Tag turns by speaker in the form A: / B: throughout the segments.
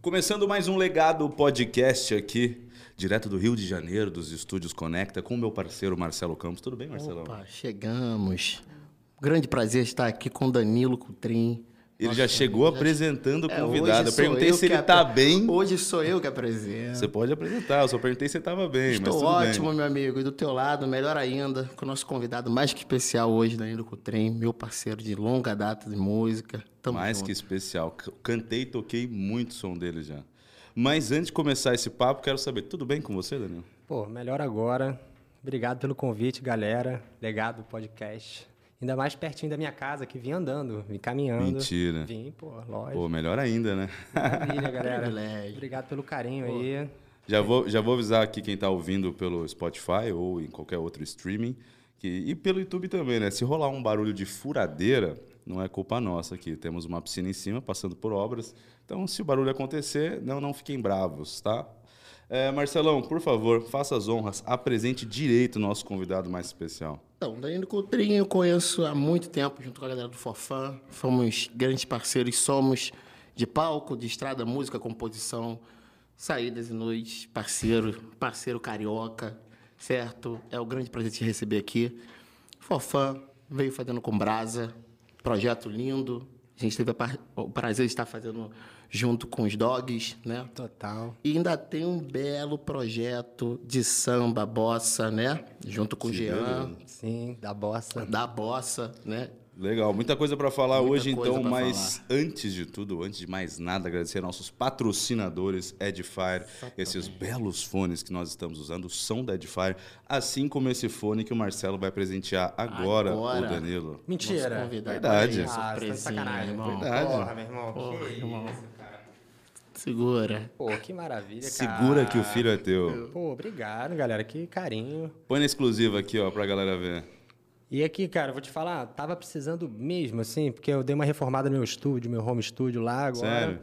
A: Começando mais um Legado Podcast aqui, direto do Rio de Janeiro, dos estúdios Conecta, com o meu parceiro Marcelo Campos. Tudo bem, Marcelão?
B: Opa, chegamos. Grande prazer estar aqui com Danilo Coutrin.
A: Ele
B: Nossa,
A: já chegou apresentando o
B: É,
A: convidado.
B: hoje
A: Eu
B: sou
A: perguntei
B: eu
A: se ele
B: que
A: tá
B: apre-
A: bem.
B: Hoje sou eu que apresento.
A: Você pode apresentar, eu só perguntei se você tava bem, mas
B: Estou
A: tudo
B: ótimo,
A: bem.
B: meu amigo. E do teu lado, melhor ainda, com o nosso convidado mais que especial hoje, Danilo Coutrin, meu parceiro de longa data de música. Tamo
A: Mais
B: junto.
A: que especial. C- Cantei e toquei muito o som dele já. Mas antes de começar esse papo, quero saber, tudo bem com você, Danilo?
C: Pô, melhor agora. Obrigado pelo convite, galera. Legado podcast. Ainda mais pertinho da minha casa, que vim andando, vim caminhando.
A: Mentira.
C: Vim, pô, lógico.
A: Pô, melhor ainda, né?
C: Maravilha, galera.
B: Privilégio.
C: Obrigado pelo carinho aí.
A: Já vou, já vou avisar aqui quem tá ouvindo pelo Spotify ou em qualquer outro streaming. que- e pelo YouTube também, né? Se rolar um barulho de furadeira, não é culpa nossa aqui. Temos uma piscina em cima, passando por obras. Então, se o barulho acontecer, não, não fiquem bravos, tá? É, Marcelão, por favor, faça as honras, apresente direito o nosso convidado mais especial.
B: Então, Danilo Coutrin eu conheço há muito tempo, junto com a galera do Forfã. Fomos grandes parceiros, somos de palco, de estrada, música, composição, saídas e noites, parceiro, parceiro carioca, certo? É um grande prazer te receber aqui. Forfã veio fazendo com Brasa, projeto lindo. A gente teve a par- o prazer de estar fazendo junto com os dogs, né?
C: Total.
B: E ainda tem um belo projeto de samba, bossa, né? Junto com o Jean
A: beleza.
C: Sim, da bossa.
B: da bossa, né?
A: Legal, muita coisa para falar
B: Muita
A: hoje,
B: coisa
A: então,
B: pra
A: mas antes de tudo, antes de mais nada, agradecer nossos patrocinadores Edifier, esses belos fones que nós estamos usando são da Edifier, assim como esse fone que o Marcelo vai presentear agora, o
B: Agora.
A: Danilo.
B: Nosso
C: Mentira.
B: convidado.
A: Verdade.
B: Olha
A: Ah,
B: aí,
C: Ah, você tá de
B: surpresinha,
C: sacanagem,
B: irmão.
A: Verdade.
C: Porra, meu irmão.
B: Porra,
C: que
B: irmão.
C: isso, cara.
B: Segura.
C: Pô, que maravilha, cara.
A: Segura que o filho é teu.
C: Pô, obrigado, galera. Que carinho.
A: Põe na exclusiva aqui, ó, pra galera ver.
C: E aqui, cara, eu vou te falar, tava precisando mesmo, assim, porque eu dei uma reformada no meu estúdio, meu home estúdio lá agora.
A: Sério?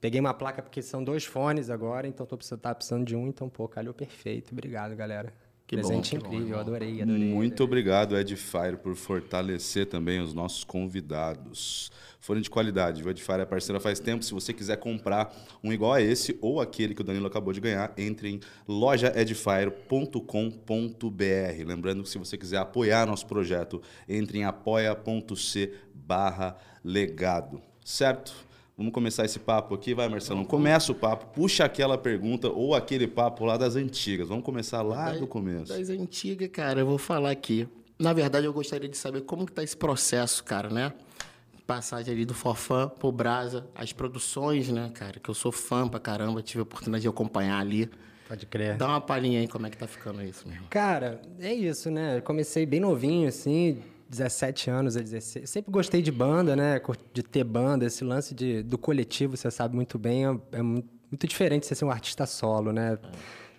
C: Peguei uma placa, porque são dois fones agora, então tô precisando, tava precisando de um, então, pô, calhou perfeito. Obrigado, galera.
B: Que bom,
C: Presente
B: que bom,
C: incrível,
B: irmão.
C: adorei, adorei.
A: Muito obrigado, Edifier, por fortalecer também os nossos convidados. Fone de qualidade, o Edifier é parceira faz tempo. Se você quiser comprar um igual a esse ou aquele que o Danilo acabou de ganhar, entre em lojaedifier.com.br. Lembrando que se você quiser apoiar nosso projeto, entre em apoia.c barra legado. Certo? Vamos começar esse papo aqui, vai, Marcelão. Começa o papo, puxa aquela pergunta ou aquele papo lá das antigas. Vamos começar lá do começo.
B: Das antigas, cara, eu vou falar aqui. Na verdade, eu gostaria de saber como que tá esse processo, cara, né? Passagem ali do Forfã pro Brasa, as produções, né, cara? Que eu sou fã pra caramba, tive a oportunidade de acompanhar ali.
C: Pode crer.
B: Dá uma palhinha aí como é que tá ficando isso, meu irmão.
C: Cara, é isso, né? Eu comecei bem novinho, assim, 17 anos a 16. Sempre gostei de banda, né? Cur- De ter banda, esse lance de, do coletivo, você sabe muito bem, é, é mu- muito diferente de você ser um artista solo, né?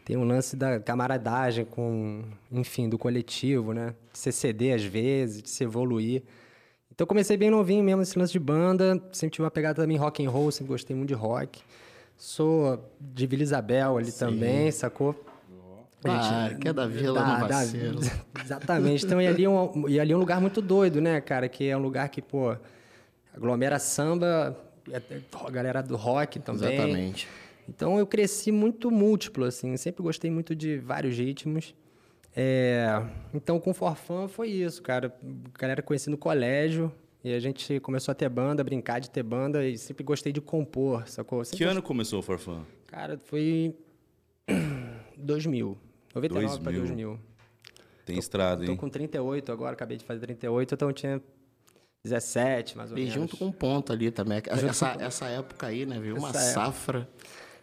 C: Tem um lance da camaradagem com, enfim, do coletivo, né? De você ceder às vezes, de se evoluir. Então comecei bem novinho mesmo esse lance de banda, sempre tive uma pegada também rock and roll, sempre gostei muito de rock. Sou de Vila Isabel ali também, sacou?
B: Ah, que é da Vila,
C: Tá,
B: não
C: da-
B: vacilo.
C: Exatamente. Então, e ali, é um, e ali é um lugar muito doido, né, cara? Que é um lugar que, pô, aglomera samba, é- a galera do rock também.
B: Exatamente.
C: Então, eu cresci muito múltiplo, assim. Sempre gostei muito de vários ritmos. É, então, com o Forfã foi isso, cara. Galera conheci no colégio. E a gente começou a ter banda, brincar de ter banda. E sempre gostei de compor, sacou? Sempre
A: Que ano começou o Forfã?
C: Cara, foi 2000. 99 para 2000.
A: Tem estrada,
C: Tô
A: hein?
C: com 38 agora, acabei de fazer 38, então eu tinha 17, mais ou
B: E
C: menos.
B: junto com o ponto ali também. Essa, essa época aí, né, viu? Uma
C: Essa época.
B: safra.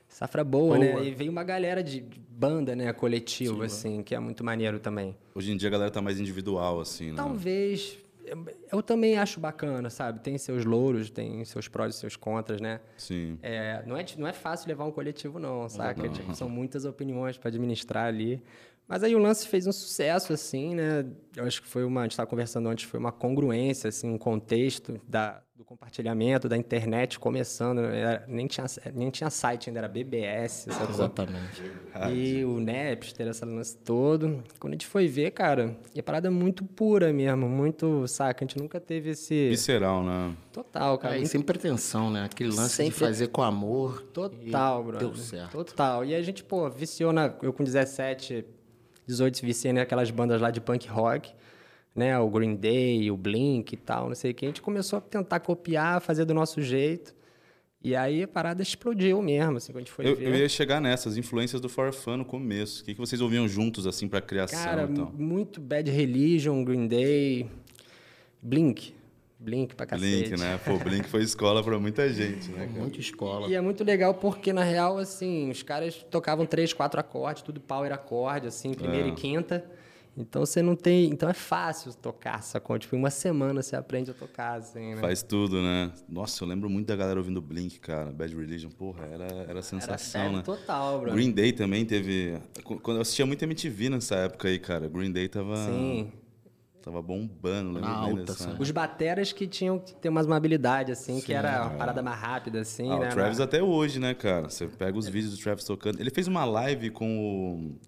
C: Safra boa, né?
B: Boa.
C: E veio uma galera de de banda, né? Coletivo, assim, que é muito maneiro também.
A: Hoje em dia a galera tá mais individual, assim, né?
C: Talvez. eu- Eu também acho bacana, sabe? Tem seus louros, tem seus prós e seus contras, né?
A: Sim.
C: É, não, é, di- não é fácil levar um coletivo, não, saca? Tipo, são muitas opiniões para administrar ali. Mas aí o lance fez um sucesso, assim, né? Eu acho que foi uma. A gente estava conversando antes, foi uma congruência, assim, um contexto da, do compartilhamento, da internet começando. Era- nem, tinha, nem tinha site ainda, era BBS, sabe?
B: Exatamente.
C: E o Napster, esse lance todo. Quando a gente foi ver, cara, e a parada é muito pura mesmo, muito, saca? A gente nunca teve esse.
A: Visceral, né?
C: Total, cara.
B: Cara, É, e sem pretensão, né? Aquele lance
C: Sem
B: de fazer com amor.
C: Total,
B: E
C: bro.
B: Deu certo.
C: Total. E a gente, pô, viciou na. Eu com 17, 18, viciei naquelas né, bandas lá de punk rock, né? O Green Day, o Blink e tal, não sei o que. A gente começou a tentar copiar, fazer do nosso jeito. E aí a parada explodiu mesmo, assim, quando a gente foi
A: Eu,
C: ver.
A: eu ia chegar nessas influências do For Fun no começo. O que, que vocês ouviam juntos, assim, pra criação
C: Cara,
A: e tal?
C: mu- muito Bad Religion, Green Day, Blink. Blink pra cacete.
A: Blink, né? Pô, Blink foi escola pra muita gente, né, cara?
B: Muita escola.
C: E é muito legal porque, na real, assim, os caras tocavam três, quatro acordes, tudo power acorde, assim,
A: É.
C: primeira e quinta. Então você não tem. Então é fácil tocar, sacou? Tipo, em uma semana você aprende a tocar, assim, né?
A: Faz tudo, né? Nossa, eu lembro muito da galera ouvindo Blink, cara. Bad Religion, porra, era, era sensação,
C: sério
A: né?
C: total, bro.
A: Green Day também teve. Qu- Quando eu assistia muito MTV nessa época aí, cara. Green Day tava,
C: Sim.
A: tava bombando, lembro
B: Na
A: bem
B: alta,
A: dessa.
B: assim.
C: Os bateras que tinham que ter mais uma habilidade, assim, que era uma parada mais rápida, assim,
A: é. Ah,
C: né?
A: o Travis
C: Na-
A: até hoje, né, cara? Você pega os vídeos do Travis tocando. Ele fez uma live com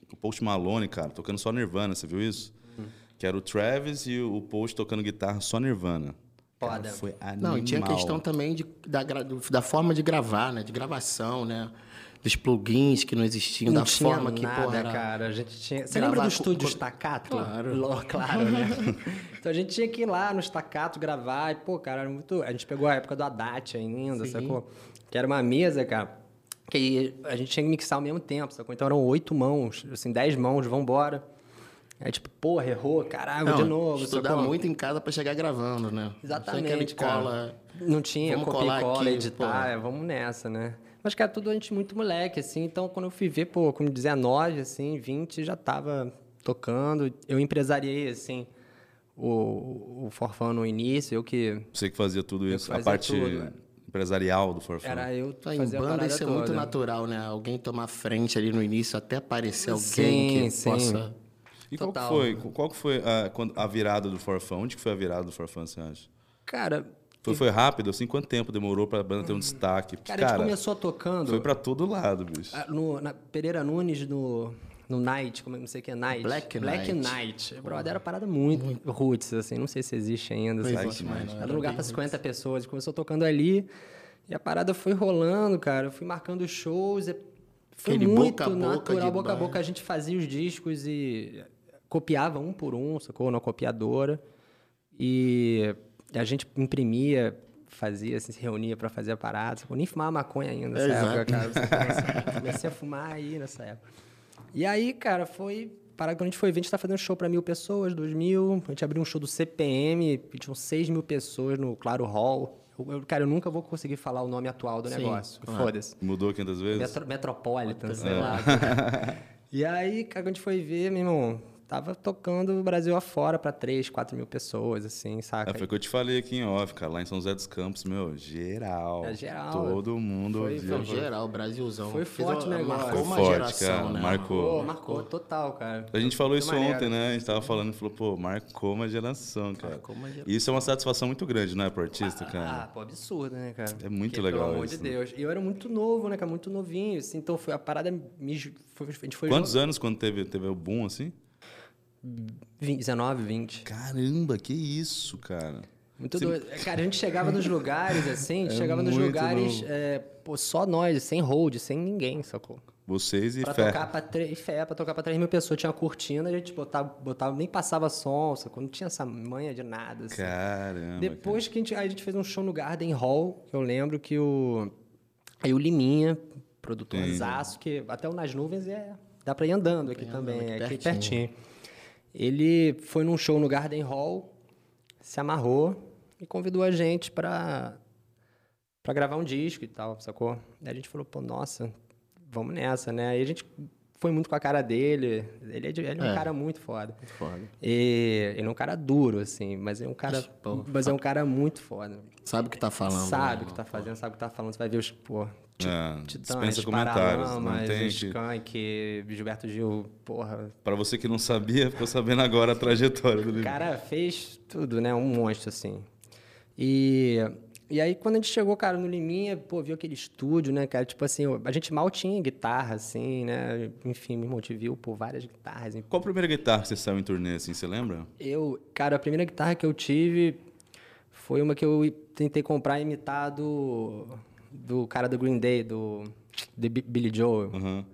A: o, o Post Malone, cara, tocando só Nirvana, você viu isso?
C: Hum.
A: Que era o Travis e o o Post tocando guitarra só Nirvana. Cara,
C: Foda.
A: é foi animal.
B: Não, e tinha a questão também de, da, gra- do- da forma de gravar, né? De gravação, né? Dos plugins que não existiam,
C: Não
B: da
C: tinha
B: forma que,
C: nada,
B: porra, era-
C: cara. A gente tinha. Você
B: Gravar
C: lembra do
B: co-
C: estúdio
B: co-
C: Staccato?
B: Claro.
C: Lo- claro, né? então a gente tinha que ir lá no Staccato gravar. E, pô, cara, era muito. A gente pegou a época do Haddad ainda, sacou? Que era uma mesa, cara. Que a gente tinha que mixar ao mesmo tempo, sacou? Então eram oito mãos, assim, dez mãos, vambora. É tipo, porra, errou, caralho,
B: Não,
C: de novo.
B: estudar
C: sacou?
B: muito em casa pra chegar gravando, né? Não
C: Exatamente,
B: tinha aquele
C: cara.
B: cola.
C: Não tinha,
B: Vamos
C: copia
B: colar
C: e cola,
B: aqui,
C: editar,
B: pô.
C: é, vamos nessa, né? Mas, cara, tudo a gente muito moleque, assim, então quando eu fui ver, pô, com 19, assim, 20, já tava tocando. Eu empresariei, assim, o, o Forfã no início, eu que...
A: Você que fazia tudo isso, a
C: fazia
A: parte
C: tudo, né?
A: empresarial do Forfã.
C: Era eu
B: Tá, em
C: fazer a
B: banda
C: parada
B: isso é
C: toda.
B: muito natural, né? Alguém tomar frente ali no início até aparecer alguém
C: Sim,
B: que
C: sim.
B: possa.
A: E qual que
C: Total. né?
A: foi, qual que foi a, quando- a virada do Forfã? Onde que foi a virada do Forfã, você acha?
C: Cara,
A: Foi, foi rápido, assim? Quanto tempo demorou pra banda ter um destaque?
C: Hum. cara, a gente começou tocando
A: foi pra todo lado, bicho.
C: ah, no, na Pereira Nunes, no, no Night, como, é- não sei o que é Night.
B: Black
C: Black
B: Knight.
C: Night. Brother, era uma parada muito, roots, assim, não sei se existe ainda.
B: Não
C: sabe?
B: existe mais, não.
C: Era um lugar pra 50 pessoas. Começou tocando ali e a parada foi rolando, cara. Eu fui marcando shows. e Foi
B: Aquele
C: muito
B: boca a boca
C: natural,
B: de
C: boca a
B: bar.
C: boca. A gente fazia os discos e copiava um por um, sacou? Na copiadora. E a gente imprimia, fazia, assim, se reunia pra fazer a parada. Sacou? Nem fumava maconha ainda nessa
B: É,
C: época,
B: exato.
C: cara. Comecei- Comecei a fumar aí nessa época. E aí, cara, foi. Parada, quando a gente foi ver, a gente tá fazendo show pra mil pessoas, dois mil. A gente abriu um show do CPM, e tinham seis mil pessoas no Claro Hall. Eu- eu- cara, eu nunca vou conseguir falar o nome atual do
B: Sim,
C: negócio.
B: claro.
C: Foda-se.
A: Mudou 500 vezes?
C: Metro, Metropolitan, sei lá. e aí, cara, quando a gente foi ver, meu irmão, tava tocando o Brasil afora pra três, quatro mil pessoas, assim, saca?
A: É, foi o que eu te falei aqui em off, cara. Lá em São José dos Campos, meu, geral.
C: É, geral.
A: Todo mundo
C: Foi-
A: ouvia.
B: Não, geral, Brasilzão.
C: Foi
B: Fez
C: forte o negócio.
B: Marcou
A: Foi
B: uma
A: forte,
B: geração,
A: cara,
B: né?
A: marcou.
C: Pô, marcou total, cara.
A: A gente falou
C: Que
A: isso
C: maneiro.
A: ontem, né? A gente tava falando, falou, pô, marcou uma geração, cara.
B: Marcou uma geração.
A: Isso é uma satisfação muito grande, não é, pro artista, cara?
C: Ah, pô, absurdo, né, cara?
A: É muito
C: Porque,
A: legal
C: Pelo amor
A: isso,
C: de
A: né?
C: Deus. E eu era muito novo, né, cara? Muito novinho. assim, então foi a parada. Me, ju- foi, a gente foi
A: Quantos anos quando teve, teve o boom, assim?
C: junto- 20, 19, 20.
A: Caramba, que isso, cara.
C: Muito doido. Cara, a gente chegava nos lugares, assim, a gente
A: É
C: chegava nos
A: muito
C: lugares,
A: novo.
C: é, pô, só nós, sem hold, sem ninguém, sacou?
A: Vocês e
C: Pra
A: fé.
C: tocar pra, tre- e fé, pra tocar pra 3 mil pessoas. Tinha uma cortina, a gente botava, botava nem passava som, sacou? Não tinha essa manha de nada, assim.
A: Caramba.
C: Depois que a gente, aí a gente fez um show no Garden Hall, que eu lembro que o. Aí o Liminha, produtorzaço, que até o Nas Nuvens é. Dá pra ir andando aqui também,
B: andando
C: é
B: aqui
C: aqui pertinho. Ele foi num show no Garden Hall, se amarrou e convidou a gente pra, pra gravar um disco e tal, sacou? Daí a gente falou, pô, nossa, vamos nessa, né? E a gente foi muito com a cara dele. Ele é, de- ele é um
B: É.
C: cara muito foda.
B: Foda.
C: E ele é um cara duro, assim, mas é um cara.
B: Pô,
C: mas é um cara muito foda.
B: Sabe o que tá falando.
C: sabe
B: né?
C: o que tá fazendo, sabe o que tá falando. tá Você vai ver os. Pô,
A: É,
C: Titãs,
A: dispensa comentários. Não
C: Paralamas,
A: tem que...
C: Skank, Gilberto Gil, porra.
A: Pra você que não sabia, ficou sabendo agora a trajetória do
C: O
A: livro.
C: cara fez tudo, né? Um monstro, assim. E, e aí, quando a gente chegou, cara, no Liminha, pô, viu aquele estúdio, né, cara? Tipo assim, a gente mal tinha guitarra, assim, né? Enfim, meu irmão te viu, pô, várias guitarras.
A: Qual a primeira guitarra que você saiu em turnê, assim, você lembra?
C: Eu, cara, a primeira guitarra que eu tive foi uma que eu tentei comprar e imitar do, do cara do Green Day, do, do Bi- Billy Joel.
A: Aham.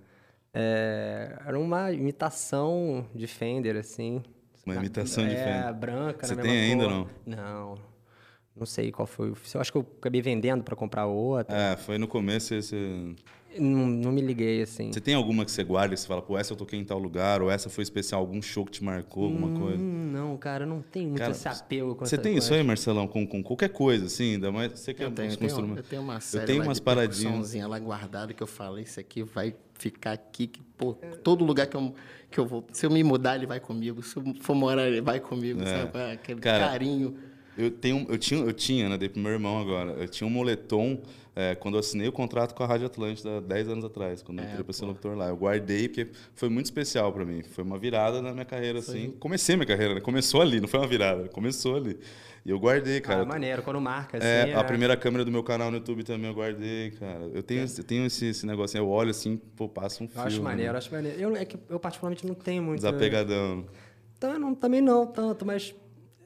C: É, era uma imitação de Fender, assim.
A: Uma imitação de
C: É,
A: Fender.
C: branca,
A: Você
C: na
A: tem ainda
C: mesma cor. não? Não. Não sei qual foi. o- Eu acho que eu acabei vendendo pra comprar outra.
A: É, foi no começo. Você, você-
C: Não, não me liguei, assim.
A: você tem alguma que você guarda e você fala, pô, essa eu toquei em tal lugar, ou essa foi especial, algum show que te marcou, alguma coisa?
C: Hum, não, cara, eu não tenho muito
A: Cara,
C: esse apego com
A: Você
C: essas
A: tem isso
C: coisas.
A: aí, Marcelão, com, com qualquer coisa, assim, ainda mais. Você que é
B: Eu tenho, eu
A: músico
B: tenho, um,
A: instrumento.
B: eu tenho uma série
A: tenho
B: lá
A: umas
B: de
A: paradinhas.
B: percussãozinha lá guardada que eu falei, isso aqui vai ficar aqui, que, pô, todo lugar que eu, que eu vou, se eu me mudar, ele vai comigo, se eu for morar, ele vai comigo, sabe? qual é? Aquele
A: Cara,
B: carinho.
A: Eu, tenho, eu tinha, eu tinha, né? Dei pro meu irmão agora. Eu tinha um moletom é, quando eu assinei o contrato com a Rádio Atlântida 10 anos atrás, quando
C: É,
A: eu entrei para ser locutor lá. Eu guardei porque foi muito especial para mim. Foi uma virada na minha carreira,
C: um
A: assim. Comecei minha carreira, né? Começou ali, não foi uma virada, começou ali. E eu guardei, cara.
C: Ah,
A: Eu-
C: maneiro, quando marca, assim.
A: É,
C: é- É.
A: a primeira câmera do meu canal no YouTube também eu guardei, cara. Eu tenho, eu tenho esse, esse negócio, eu olho assim, pô, passa um
C: Eu
A: fio.
C: acho
A: né?
C: maneiro, eu acho maneiro. Eu, é que eu particularmente não tenho muito.
A: Desapegadão.
C: Então, eu não, também não tanto, mas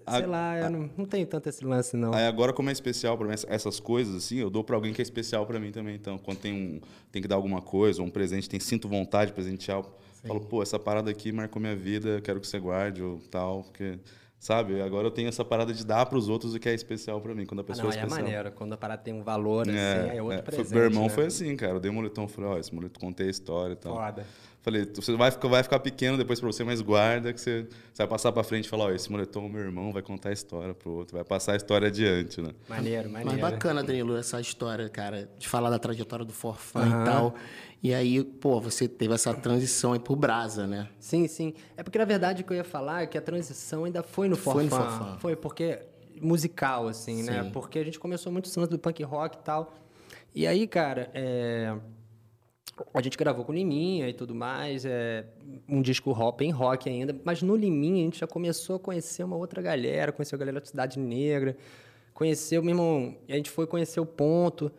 C: sei
A: A-
C: lá, eu não, não tenho tanto esse lance, não.
A: Aí agora, como é especial pra mim, essa- essas coisas, assim, eu dou pra alguém que é especial pra mim também. Então, quando tem um. Tem que dar alguma coisa, ou um presente, tem sinto vontade de presentear. eu Falo, pô, essa parada aqui marcou minha vida, quero que você guarde, ou tal. Porque, sabe, agora eu tenho essa parada de dar pros outros o que é especial pra mim, quando a
C: Ah,
A: pessoa
C: não,
A: é
C: aí é
A: especial.
C: maneiro, quando a parada tem um valor, assim, aí é outro
A: é, foi-
C: presente.
A: meu irmão
C: né?
A: foi assim, cara. Eu dei um moletom, falei, ó, esse moletom contei a história e tal.
C: Foda.
A: Falei, tu- você vai ficar, vai ficar pequeno depois pra você, mas guarda que você, você vai passar pra frente e falar, ó, esse moletom, meu irmão, vai contar a história pro outro, vai passar a história adiante, né?
C: Maneiro,
B: Mas
C: maneiro.
B: bacana, Danilo, essa história, cara, de falar da trajetória do Forfã e tal. E aí, pô, você teve essa transição aí pro Brasa, né?
C: Sim, sim. É porque, na verdade, o que eu ia falar é que a transição ainda foi no
B: Foi
C: Forfã.
B: no
C: Foi,
B: Forfã.
C: porque musical, assim, né? Porque a gente começou muito esse lance do punk rock e tal. E aí, cara, é, a gente gravou com o Liminha e tudo mais, é... um disco hop em rock ainda, mas no Liminha a gente já começou a conhecer uma outra galera, conheceu a galera da Cidade Negra, conheceu, meu irmão, e a gente foi conhecer o Ponto,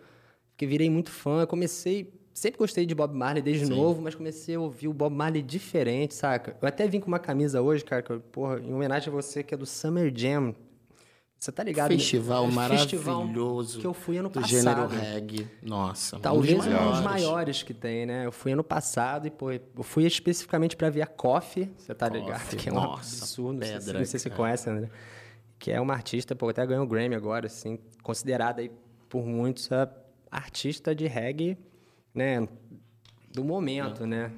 C: que virei muito fã, comecei, sempre gostei de Bob Marley desde novo, mas comecei a ouvir o Bob Marley diferente, saca? Eu até vim com uma camisa hoje, cara, que eu, porra, em homenagem a você, que é do Summer Jam. Você tá ligado? né?
B: Festival
C: É um festival
B: maravilhoso
C: que eu fui ano
B: do
C: passado.
B: gênero reggae. Nossa, um
C: Talvez
B: dos
C: um dos
B: maiores.
C: maiores que tem, né? Eu fui ano passado e, pô, eu fui especificamente pra ver a Coffee, você tá
B: Coffee,
C: ligado? Que é um
B: nossa,
C: absurdo, não sei se-
B: pedra,
C: não sei se você
B: cara.
C: conhece, André. Que é uma artista, pô, até ganhou o Grammy agora, assim, considerada aí por muitos a artista de reggae, né? Do momento, né?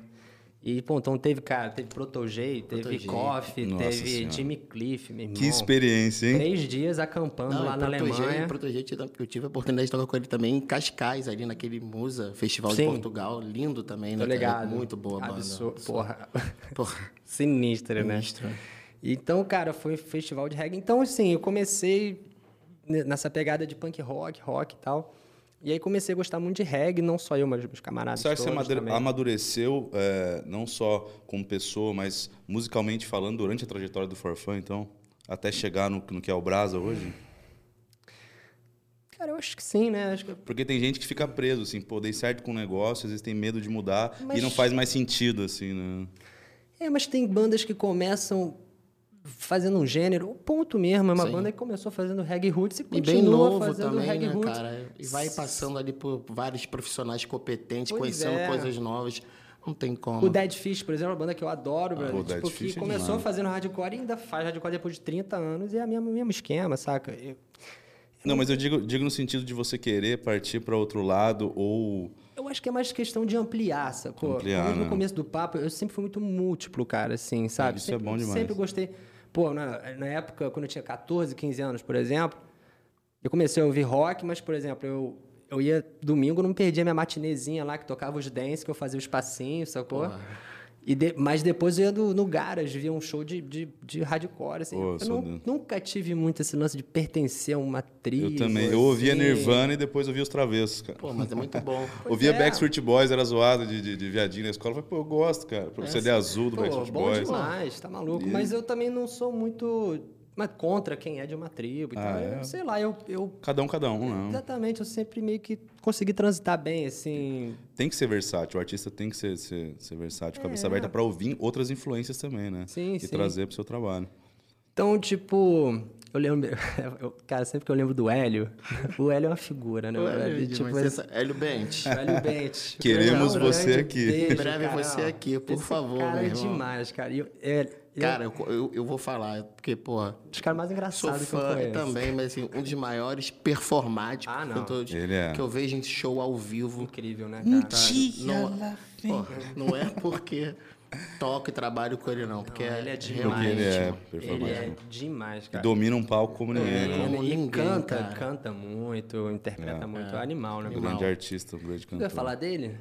C: E, pô, então teve, cara, teve Protogei, teve
B: Protogé.
C: Coffee,
A: Nossa
C: teve
A: Senhora.
C: Jimmy Cliff, meu irmão.
A: Que experiência, hein?
C: Três dias acampando
B: Não,
C: lá
B: e
C: na
B: proteger,
C: Alemanha.
B: proteger, te dá- eu tive a oportunidade de tocar com ele também em Cascais, ali naquele Musa, Festival
C: Sim.
B: de Portugal. Lindo também,
C: Tô
B: né? cara?
C: ligado.
B: Muito boa a banda.
C: Absur- Porra.
B: Porra.
C: Sinistra, né?
B: Sinistra.
C: Então, cara, foi festival de reggae. Então, assim, eu comecei ne- nessa pegada de punk rock, rock e tal. E aí comecei a gostar muito de reggae, não só eu, mas meus camaradas
A: Você acha que você
C: todos
A: amadu-
C: também.
A: amadureceu, é, não só como pessoa, mas musicalmente falando, durante a trajetória do Forfã, então? Até chegar no, no que é o Brasa hoje?
C: Cara, eu acho que sim, né? Acho que...
A: Porque tem gente que fica preso, assim, pô, dei certo com o negócio, às vezes tem medo de mudar e
C: Mas-
A: não faz mais sentido, assim, né?
C: É, mas tem bandas que começam fazendo um gênero, o ponto mesmo, é uma
B: Sim.
C: banda que começou fazendo reggae roots e
B: E bem
C: continua
B: novo
C: fazendo
B: também,
C: reggae
B: né,
C: roots.
B: cara? E vai passando ali por vários profissionais competentes,
C: Pois
B: conhecendo
C: é.
B: coisas novas. Não tem como.
C: O Dead Fish, por exemplo, é uma banda que eu adoro, brother.
A: o
C: tipo,
A: Dead
C: que
A: Fish é
C: começou
A: demais.
C: fazendo hardcore e ainda faz hardcore depois de 30 anos e é o mesmo, mesmo esquema, saca? Eu,
A: Não, mas eu digo, digo no sentido de você querer partir para outro lado ou.
C: eu acho que é mais questão de ampliar, sacou?
A: Ampliar,
C: Desde
A: né?
C: no começo do papo, eu sempre fui muito múltiplo, cara, assim, sabe?
A: Isso é
C: Sempre-
A: bom demais.
C: Sempre gostei. Pô, na, na época, quando eu tinha 14, 15 anos, por exemplo, eu comecei a ouvir rock, mas, por exemplo, eu, eu ia domingo, eu não perdia minha matinezinha lá, que tocava os dance, que eu fazia os passinhos, sacou? E de- mas depois eu ia no, no Garage, via um show de, de, de hardcore, assim.
A: Pô,
C: eu
A: sou
C: nu-
A: do-
C: nunca tive muito esse lance de pertencer a uma tribo.
A: Eu também.
C: assim.
A: Eu ouvia Nirvana e depois ouvia os travessos, cara.
B: Pô, mas é muito bom.
A: ouvia
C: é.
A: Backstreet Boys, era zoado de, de, de viadinho na escola. Eu falei, pô, eu gosto, cara. Pro CD azul do
C: Pô,
A: Backstreet
C: bom
A: Boys.
C: demais, tá maluco. Mas eu também não sou muito mas contra quem é de uma tribo. Então,
A: Ah, é?
C: Sei lá, eu, eu-
A: Cada um, cada um, né?
C: Exatamente, eu sempre meio que consegui transitar bem, assim...
A: Tem que ser versátil. O artista tem que ser, ser, ser versátil, cabeça
C: É.
A: aberta pra ouvir outras influências também, né?
C: Sim,
A: e
C: sim.
A: trazer pro seu trabalho.
C: Então, tipo, eu lembro. eu- cara, sempre que eu lembro do Hélio, o Hélio é uma figura, né?
B: Ué,
C: velho?
B: Ed,
C: tipo,
B: mas essa- Hélio Bente.
C: Hélio Bente.
A: Queremos
C: Grande
A: você aqui.
C: beijo,
B: É. Em breve
C: cara.
B: você aqui, por
C: Esse
B: favor,
C: Cara,
B: meu
C: é
B: irmão.
C: demais, cara. E eu- é- eu-
B: Cara, eu, eu, eu vou falar, porque, pô,
C: os caras mais
B: sou
C: engraçados que eu
B: fã
C: conheço.
B: também, mas assim, um dos maiores performáticos
C: Ah, não.
B: que, eu, tô-
A: Ele é.
B: que eu vejo em show ao vivo.
C: Incrível, né, cara?
B: Não, pô, não é porque toco e trabalho com ele, não, porque
C: Ele é demais.
A: Porque ele é
C: Ele
A: performático.
C: é demais,
A: E
C: cara.
A: domina um palco como ninguém, né?
B: Como
C: Ele
B: ninguém,
C: canta,
B: cara.
C: canta muito, interpreta muito. É animal, né?
A: Um
C: Animal.
A: grande artista, um grande
C: Eu ia
A: cantor.
C: falar dele?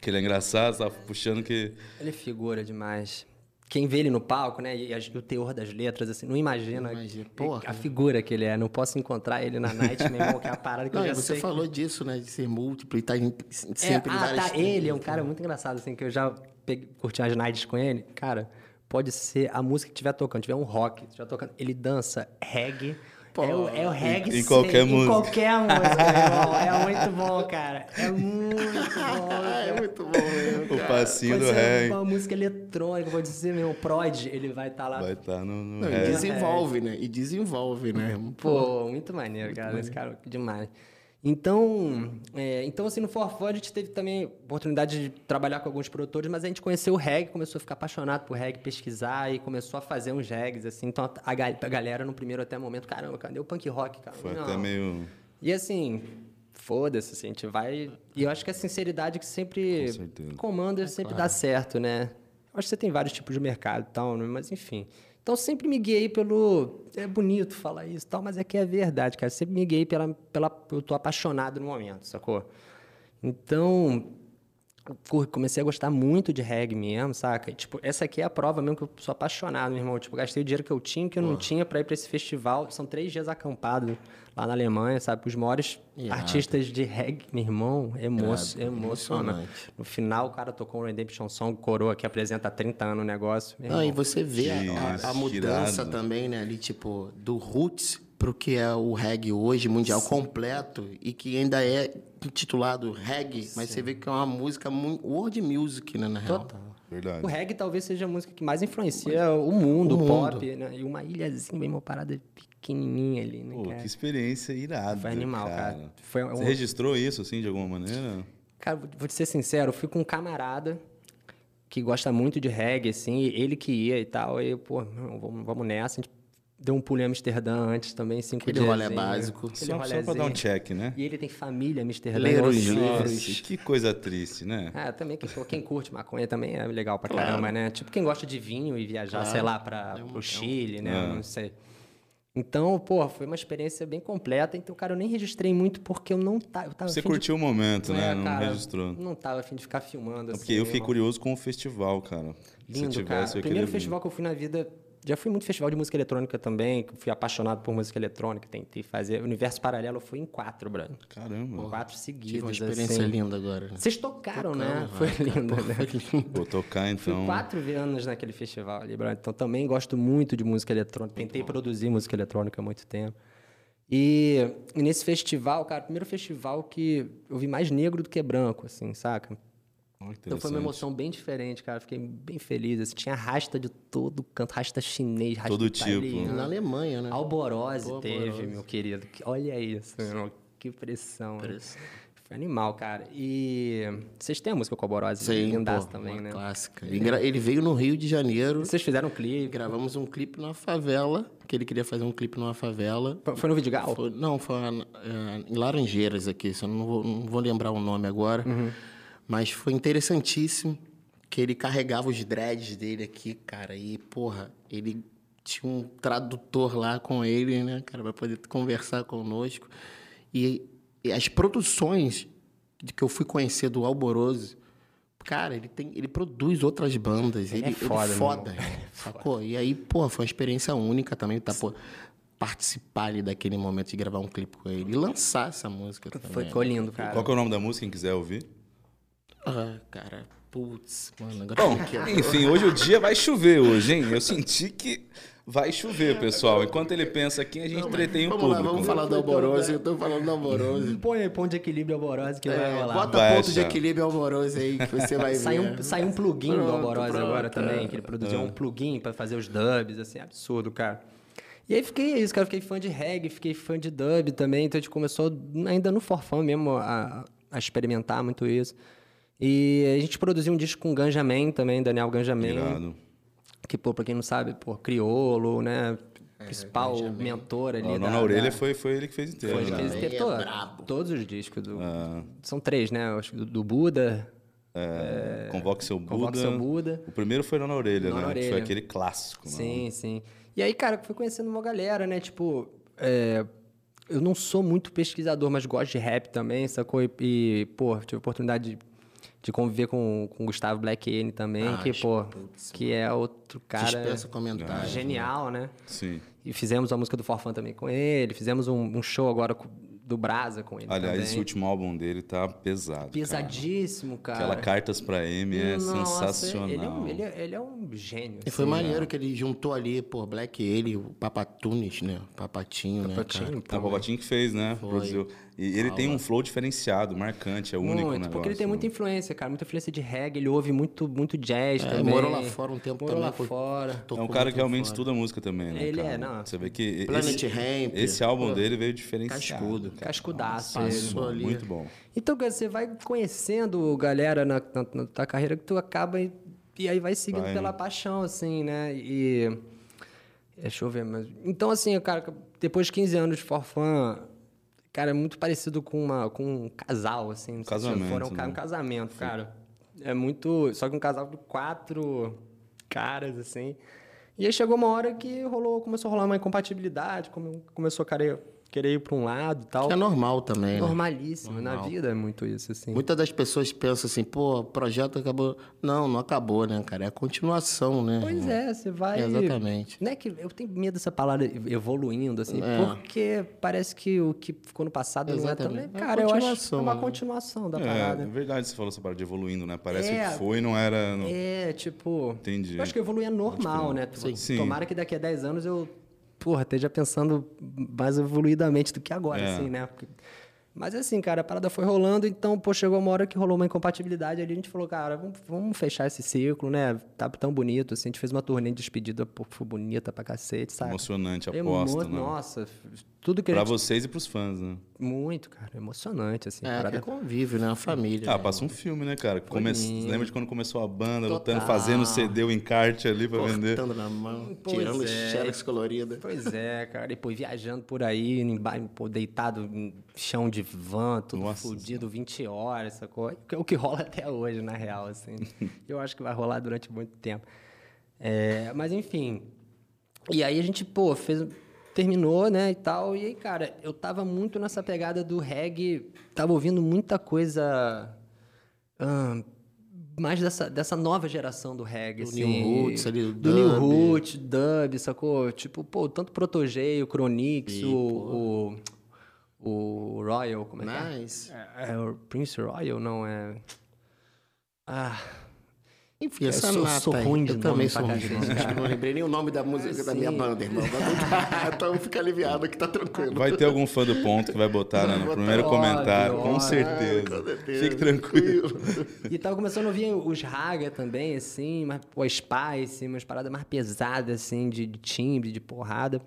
A: Que ele é engraçado, tá puxando que.
C: Ele é figura demais. Quem vê ele no palco, né? E, as- e o teor das letras, assim, não imagina,
B: imagina,
C: que-
B: porra.
C: a figura que ele é. Não posso encontrar ele na night, meu irmão, que é a parada que
B: Não, e
C: eu já
B: você
C: sei. que-
B: falou disso, né? De ser múltiplo e tá em,
C: é,
B: sempre em
C: ah,
B: várias...
C: tá, ele é um
A: então.
C: cara muito engraçado, assim, que eu já peguei, curti umas nights com ele. Cara, pode ser a música que tiver tocando, tiver um rock, tiver tocando, ele dança reggae. é, o, é o reggae
A: em qualquer
C: sem-
A: música.
C: Em qualquer música, meu irmão. É muito bom, cara. É muito bom.
B: Ah, é muito bom mesmo,
A: O
B: cara.
A: passinho
C: Pode
A: do
C: ser
A: ré.
C: uma música eletrônica, pode ser meu prod, ele vai estar lá.
A: Vai estar no, no
B: Não,
C: é.
B: e
A: ré.
B: desenvolve, né? E desenvolve, né?
C: Pô, muito maneiro, cara. Esse cara é demais. Então, é, então, assim, no Forfã a gente teve também oportunidade de trabalhar com alguns produtores, mas a gente conheceu o reggae, começou a ficar apaixonado por reggae, pesquisar e começou a fazer uns reggaes, assim. Então, a, a ga- a galera, no primeiro até momento, caramba, cadê o punk rock, cara?
A: Foi
C: é- Não.
A: até meio.
C: E assim, foda-se, assim, a gente vai. E eu acho que a sinceridade que sempre
A: Com certeza.
C: comanda sempre dá certo, né? Eu acho que você tem vários tipos de mercado e tal, né? mas enfim. Então sempre me guiei pelo. É bonito falar isso e tal, mas é que é verdade, cara. Sempre me guiei pela, pela. Eu tô apaixonado no momento, sacou? Então. cur- Comecei a gostar muito de reggae mesmo, saca? E, Tipo, essa aqui é a prova mesmo que eu sou apaixonado, meu irmão. Tipo, gastei o dinheiro que eu tinha, que eu não tinha, pra ir pra esse festival. São três dias acampado lá na Alemanha, sabe? Com os maiores
B: Irado.
C: artistas de reggae, meu irmão. Emo
B: Irado.
C: emocionante.
B: Emocionante.
C: No final, o cara tocou um Redemption Song, coroa, que apresenta há 30 anos o negócio. Meu
B: Não,
C: irmão.
B: e você vê a-
A: Nossa,
B: a, a mudança
A: irado.
B: também, né? Ali, tipo, do roots pro que é o reggae hoje, mundial completo, e que ainda é intitulado reggae, mas você vê que é uma música muito world music, né, na real.
A: Verdade.
C: O reggae talvez seja a música que mais influencia o mundo,
B: O
C: o
B: mundo.
C: pop, né? E uma ilhazinha, bem uma parada pequenininha ali, né,
A: Pô,
C: cara?
A: que experiência irada.
C: Foi animal, cara. Foi um-
A: Você registrou isso, assim, de alguma maneira?
C: Cara, vou vou te ser sincero, eu fui com um camarada que gosta muito de reggae, assim, e ele que ia e tal, e, pô, não, vamos, vamos nessa. A gente deu um pulo em Amsterdã antes também, cinco
B: Aquele
C: dias.
B: rolê básico.
A: Só, só pra dar um check, né?
C: E ele tem família em Amsterdã.
A: é
B: Ler os
C: Nossa.
B: livros.
A: Nossa, que coisa triste, né?
C: Ah, também que, pô, quem curte maconha também é legal pra caramba, né? Tipo quem gosta de vinho e viajar, sei lá,
A: É
C: para
A: um-
C: o Chile, né? Não sei. Então, pô, foi uma experiência bem completa. Então, cara, eu nem registrei muito porque eu não tá, eu tava
A: Você
C: afim de-
A: curtiu o momento, né?
C: É,
A: Não
C: cara,
A: registrou. É
C: Não tava afim de ficar filmando.
A: Porque
C: assim,
A: eu fiquei
C: né?
A: curioso com o festival, cara.
C: Lindo,
A: Se eu tivesse, eu
C: cara. O primeiro
A: queria vir.
C: festival que eu fui na vida. Já fui muito festival de música eletrônica também, que eu fui apaixonado por música eletrônica, tentei fazer. Universo Paralelo eu fui em quatro, Bruno.
A: Caramba.
C: Quatro
B: Tive uma
C: seguidos.
B: experiência
C: assim.
B: linda agora. né?
C: Vocês tocaram, né?
B: Tocamos,
C: Foi lindo, né?
A: Vou tocar,
C: Fui
A: então.
C: quatro anos naquele festival ali, Bruno. Então também gosto muito de música eletrônica. Tentei produzir música eletrônica há muito tempo. E, e nesse festival, cara, primeiro festival que eu vi mais negro do que branco, assim, saca?
A: Olha que
C: Então foi uma
A: interessante.
C: emoção bem diferente, cara. Fiquei bem feliz. assim. Tinha rasta de todo canto, rasta chinês, rasta
A: Todo tipo.
C: italiano.
B: Na Alemanha, né?
C: Alborose
B: Pô,
C: teve,
B: Alborose.
C: meu querido. Que- Olha isso, meu irmão. Que pressão. né?
B: Pressão.
C: Foi animal, cara. E vocês têm a música com Alborose?
B: Sim,
C: Lindaça
B: pô,
C: também,
B: uma
C: né?
B: clássica. Ele, gra- ele veio no Rio de Janeiro,
C: Vocês fizeram um clipe.
B: gravamos um clipe numa favela, que ele queria fazer um clipe numa favela.
C: Foi no Vidigal?
B: Foi- não, foi lá na- eh, em Laranjeiras aqui, só não vou, não vou lembrar o nome agora.
C: Uhum.
B: Mas foi interessantíssimo que ele carregava os dreads dele aqui, cara. E, porra, ele tinha um tradutor lá com ele, né, cara, pra poder conversar conosco. E, e as produções de que eu fui conhecer do Alboroso Cara, ele, tem, ele produz outras bandas. Ele,
C: Ele
B: ele
C: é
B: é
C: foda, meu
B: foda, É, sacou? E aí, porra, foi uma experiência única também, tá, pô, participar ali daquele momento de gravar um clipe com ele e lançar essa música também.
C: Foi, ficou lindo, cara.
A: Qual que é o nome da música, quem quiser ouvir?
B: Ah, cara, putz, mano, agora
A: Bom,
B: que eu-
A: enfim, hoje o dia vai chover hoje, hein? Eu senti que vai chover, pessoal. Enquanto ele pensa aqui, a gente entretém o
B: vamos
A: público. né?
B: lá, vamos falar do Alborose, eu tô falando do Alborose.
C: Põe aí ponto de equilíbrio alborose que vai
B: É,
C: rolar.
B: bota
A: Vai
B: ponto de
A: achar.
B: equilíbrio alborose aí que você vai ver.
C: Saiu
A: É.
C: um, saiu um plugin do
B: Pronto,
C: Alborose
B: pronto.
C: agora também, que ele produziu um plugin pra fazer os dubs, assim, absurdo, cara. E aí fiquei é isso, cara, fiquei fã de reggae, fiquei fã de dub também, então a gente começou ainda no forfã mesmo a, a experimentar muito isso. E a gente produziu um disco com Ganja Man também, Daniel Ganja Man,
A: Irado.
C: que, pô, pra quem não sabe, pô, criolo, né,
B: É,
C: principal mentor ali
A: O Nó
C: da...
A: na Orelha
C: da-
A: foi, foi ele que fez inteiro.
C: foi,
A: né?
C: fez
B: Man
C: inteiro,
B: é
C: todo-
B: brabo.
C: todos os discos do...
A: Ah.
C: São três, né, eu acho que do, do Buda,
A: É, Convoque seu Buda.
C: Convoca Seu Buda.
A: O primeiro foi Nó na Orelha,
C: Nó
A: né?
C: na
A: Que foi
C: Orelha.
A: aquele clássico. né?
C: Sim, sim. E aí, cara, fui conhecendo uma galera, né? Tipo, é, eu não sou muito pesquisador, mas gosto de rap também, sacou? E, e, pô, tive a oportunidade de, de conviver com, com o Gustavo Black N também,
B: Ah,
C: que, pô,
B: putz,
C: que é outro cara
B: Dispensa comentários.
C: genial, né?
A: Sim.
C: E fizemos a música do Forfã também com ele, fizemos um, um show agora com- do Brasa com ele
A: Aliás, esse
C: também.
A: último álbum dele tá pesado. Pesadinho.
C: Pesadíssimo, cara.
A: Aquela Cartas pra M é
C: Nossa,
A: sensacional.
C: Ele é, um, ele é- ele é um gênio.
B: E foi maneiro
C: é.
B: que ele juntou ali, pô, Black ele, o Papatunes, né? Papatinho, né? cara?
C: Patinho,
A: É o Bobatinho que fez, né? Produziu. E ele tem um flow diferenciado, marcante, é único
C: muito,
A: o negócio.
C: porque ele tem muita
A: né? influência.
C: influência, cara, muita influência de reggae, ele ouve muito, muito jazz
B: É,
C: também.
B: morou lá fora um tempo
C: morou
B: também,
C: lá
B: pô.
C: fora.
A: É
B: Tocou
A: um cara
B: muito
A: que realmente
B: fora.
A: estuda música também, né?
C: Ele
A: cara?
C: é, não.
A: Você vê que.
B: Planet
A: esse,
B: Hemp.
A: Esse álbum dele veio diferenciado.
B: Cascudo.
A: cara.
C: Cascudaço. ele.
B: Passou ali.
A: Muito bom.
C: Então, cara, você vai conhecendo galera na, na, na tua carreira que tu acaba e, e aí vai seguindo
A: Vai,
C: pela paixão, assim, né? E. é, Deixa eu ver, mas. Então, assim, cara, depois de 15 anos de forfã, cara, é muito parecido com, uma, com um casal, assim. não sei se já
A: Casamento,
C: Foram, cara,
A: né?
C: um casamento, cara. É muito. Só que um casal de quatro caras, assim. E aí chegou uma hora que rolou, começou a rolar uma incompatibilidade, come- começou a querer, querer ir pra um lado e tal.
B: Que é normal também, né?
C: Normalíssimo. Na vida é muito isso, assim.
B: Muitas das pessoas pensam assim, pô, o projeto acabou. Não, não acabou, né, cara? É a continuação, né?
C: Pois é, você vai.
B: Exatamente.
C: Não é que eu tenho medo dessa palavra evoluindo, assim,
B: É.
C: porque parece que o que ficou no passado não é
B: Exatamente.
C: também.
B: É uma
C: Cara, eu acho que é
B: continuação,
C: uma
B: né?
C: continuação da
A: É, é
C: parada.
A: verdade, você falou essa parada de evoluindo, né? Parece
C: É.
A: que foi e não era. não-
C: É, tipo.
A: Entendi.
C: Eu acho que evoluir é normal, né?
A: sim. Sim.
C: Tomara que daqui a 10 anos eu, porra, esteja pensando mais evoluidamente do que agora,
A: É.
C: assim, né? Porque- Mas assim, cara, a parada foi rolando, então, pô, chegou uma hora que rolou uma incompatibilidade ali, a gente falou, cara, vamos, vamos fechar esse ciclo, né? Tá tão bonito, assim, a gente fez uma turnê de despedida, pô, foi bonita pra cacete, sabe?
A: Emocionante, aposto, né?
C: É Nossa, tudo que a
A: Pra
C: gente...
A: vocês e pros fãs, né?
C: Muito, cara, emocionante, assim, a
B: É, que é
C: parada...
B: convívio, né? A família.
A: Ah,
B: né?
A: passa um filme, né, cara? Come... Lembra de quando começou a banda, lutando,
B: Total.
A: fazendo CD, o encarte ali pra vender?
B: Cortando na mão,
C: Pois
B: tirando
C: é.
B: xerox colorida.
C: Pois é, cara. E, pô, viajando por aí, em ba- pô, deitado em chão de van, tudo
A: Nossa
C: fudido, 20 horas, sacou? Que é O que rola até hoje, na real, assim. Eu acho que vai rolar durante muito tempo. É, mas, enfim. E aí a gente, pô, fez, terminou, né, e tal. E aí, cara, eu tava muito nessa pegada do reggae. Tava ouvindo muita coisa... ahn, mais dessa, dessa nova geração do reggae,
B: Do
C: assim.
B: New Roots ali, do
C: do New
B: dub.
C: Roots. Put, Dub, sacou? Tipo, pô, tanto Protogeio, Chronix, o, o, o Royal, como é
B: Nice.
C: que é? é? é o Prince Royal, não é. Ah,
B: Enfim,
C: Eu
B: essa
C: É, sou-
B: nata
C: sou
B: aí.
C: ruim de
B: Eu também
C: nome
B: sou
C: pra
B: ruim de nome.
C: cacete,
B: Acho que eu não lembrei nem o nome da música da minha
C: Sim.
B: banda, irmão. Mas não- então fica aliviado que tá tranquilo.
A: Vai ter algum fã do ponto que vai botar né, no
B: botar.
A: primeiro
C: Óbvio,
A: comentário, com
C: óbvio.
A: certeza.
B: Ah, Com certeza.
A: Fique tranquilo.
C: e tava começando a ouvir os Raga também, assim, mas, pô, Spice, umas paradas mais pesadas, assim, de, de timbre, de porrada.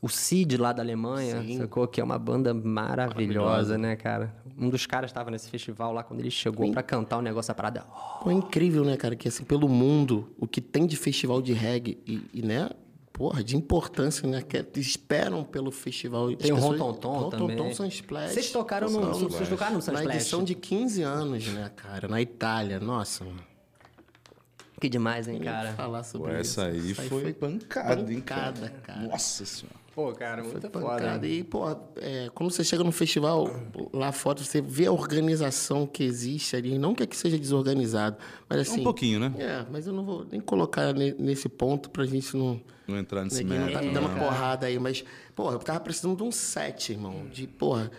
C: O Cid lá da Alemanha, sacou? Que é uma banda maravilhosa, né, cara? Um dos caras tava nesse festival lá quando ele chegou pra cantar o negócio, a parada.
B: Pô, é incrível, né, cara? Que assim, pelo mundo, o que tem de festival de reggae e, e, né? Porra, de importância, né? Que esperam pelo festival.
C: Tem o Rontonton também.
B: Rontonton Sunsplash.
C: Vocês tocaram no,
A: Sunsplash.
C: vocês tocaram no
B: Na
C: Sunsplash?
B: edição de 15 anos, né, cara? Na Itália. Nossa, mano.
C: Que demais, hein,
B: Nem
C: cara?
B: falar sobre
A: Pô,
B: isso.
A: essa aí foi pancada, hein,
B: pancada, cara.
A: Nossa senhora.
C: Pô, cara, muito
B: Foi
C: foda.
B: pancada. E, pô, é, quando você chega no festival lá fora, você vê a organização que existe ali. Não que aqui seja desorganizado, mas assim.
A: Um pouquinho, né?
B: É, mas eu não vou nem colocar ne- nesse ponto pra gente não.
A: Não entrar nesse
B: Neguinho não
A: mérito. né?
B: tá me dando
A: não.
B: porrada aí, mas, porra, eu tava precisando de um set, irmão. De, porra,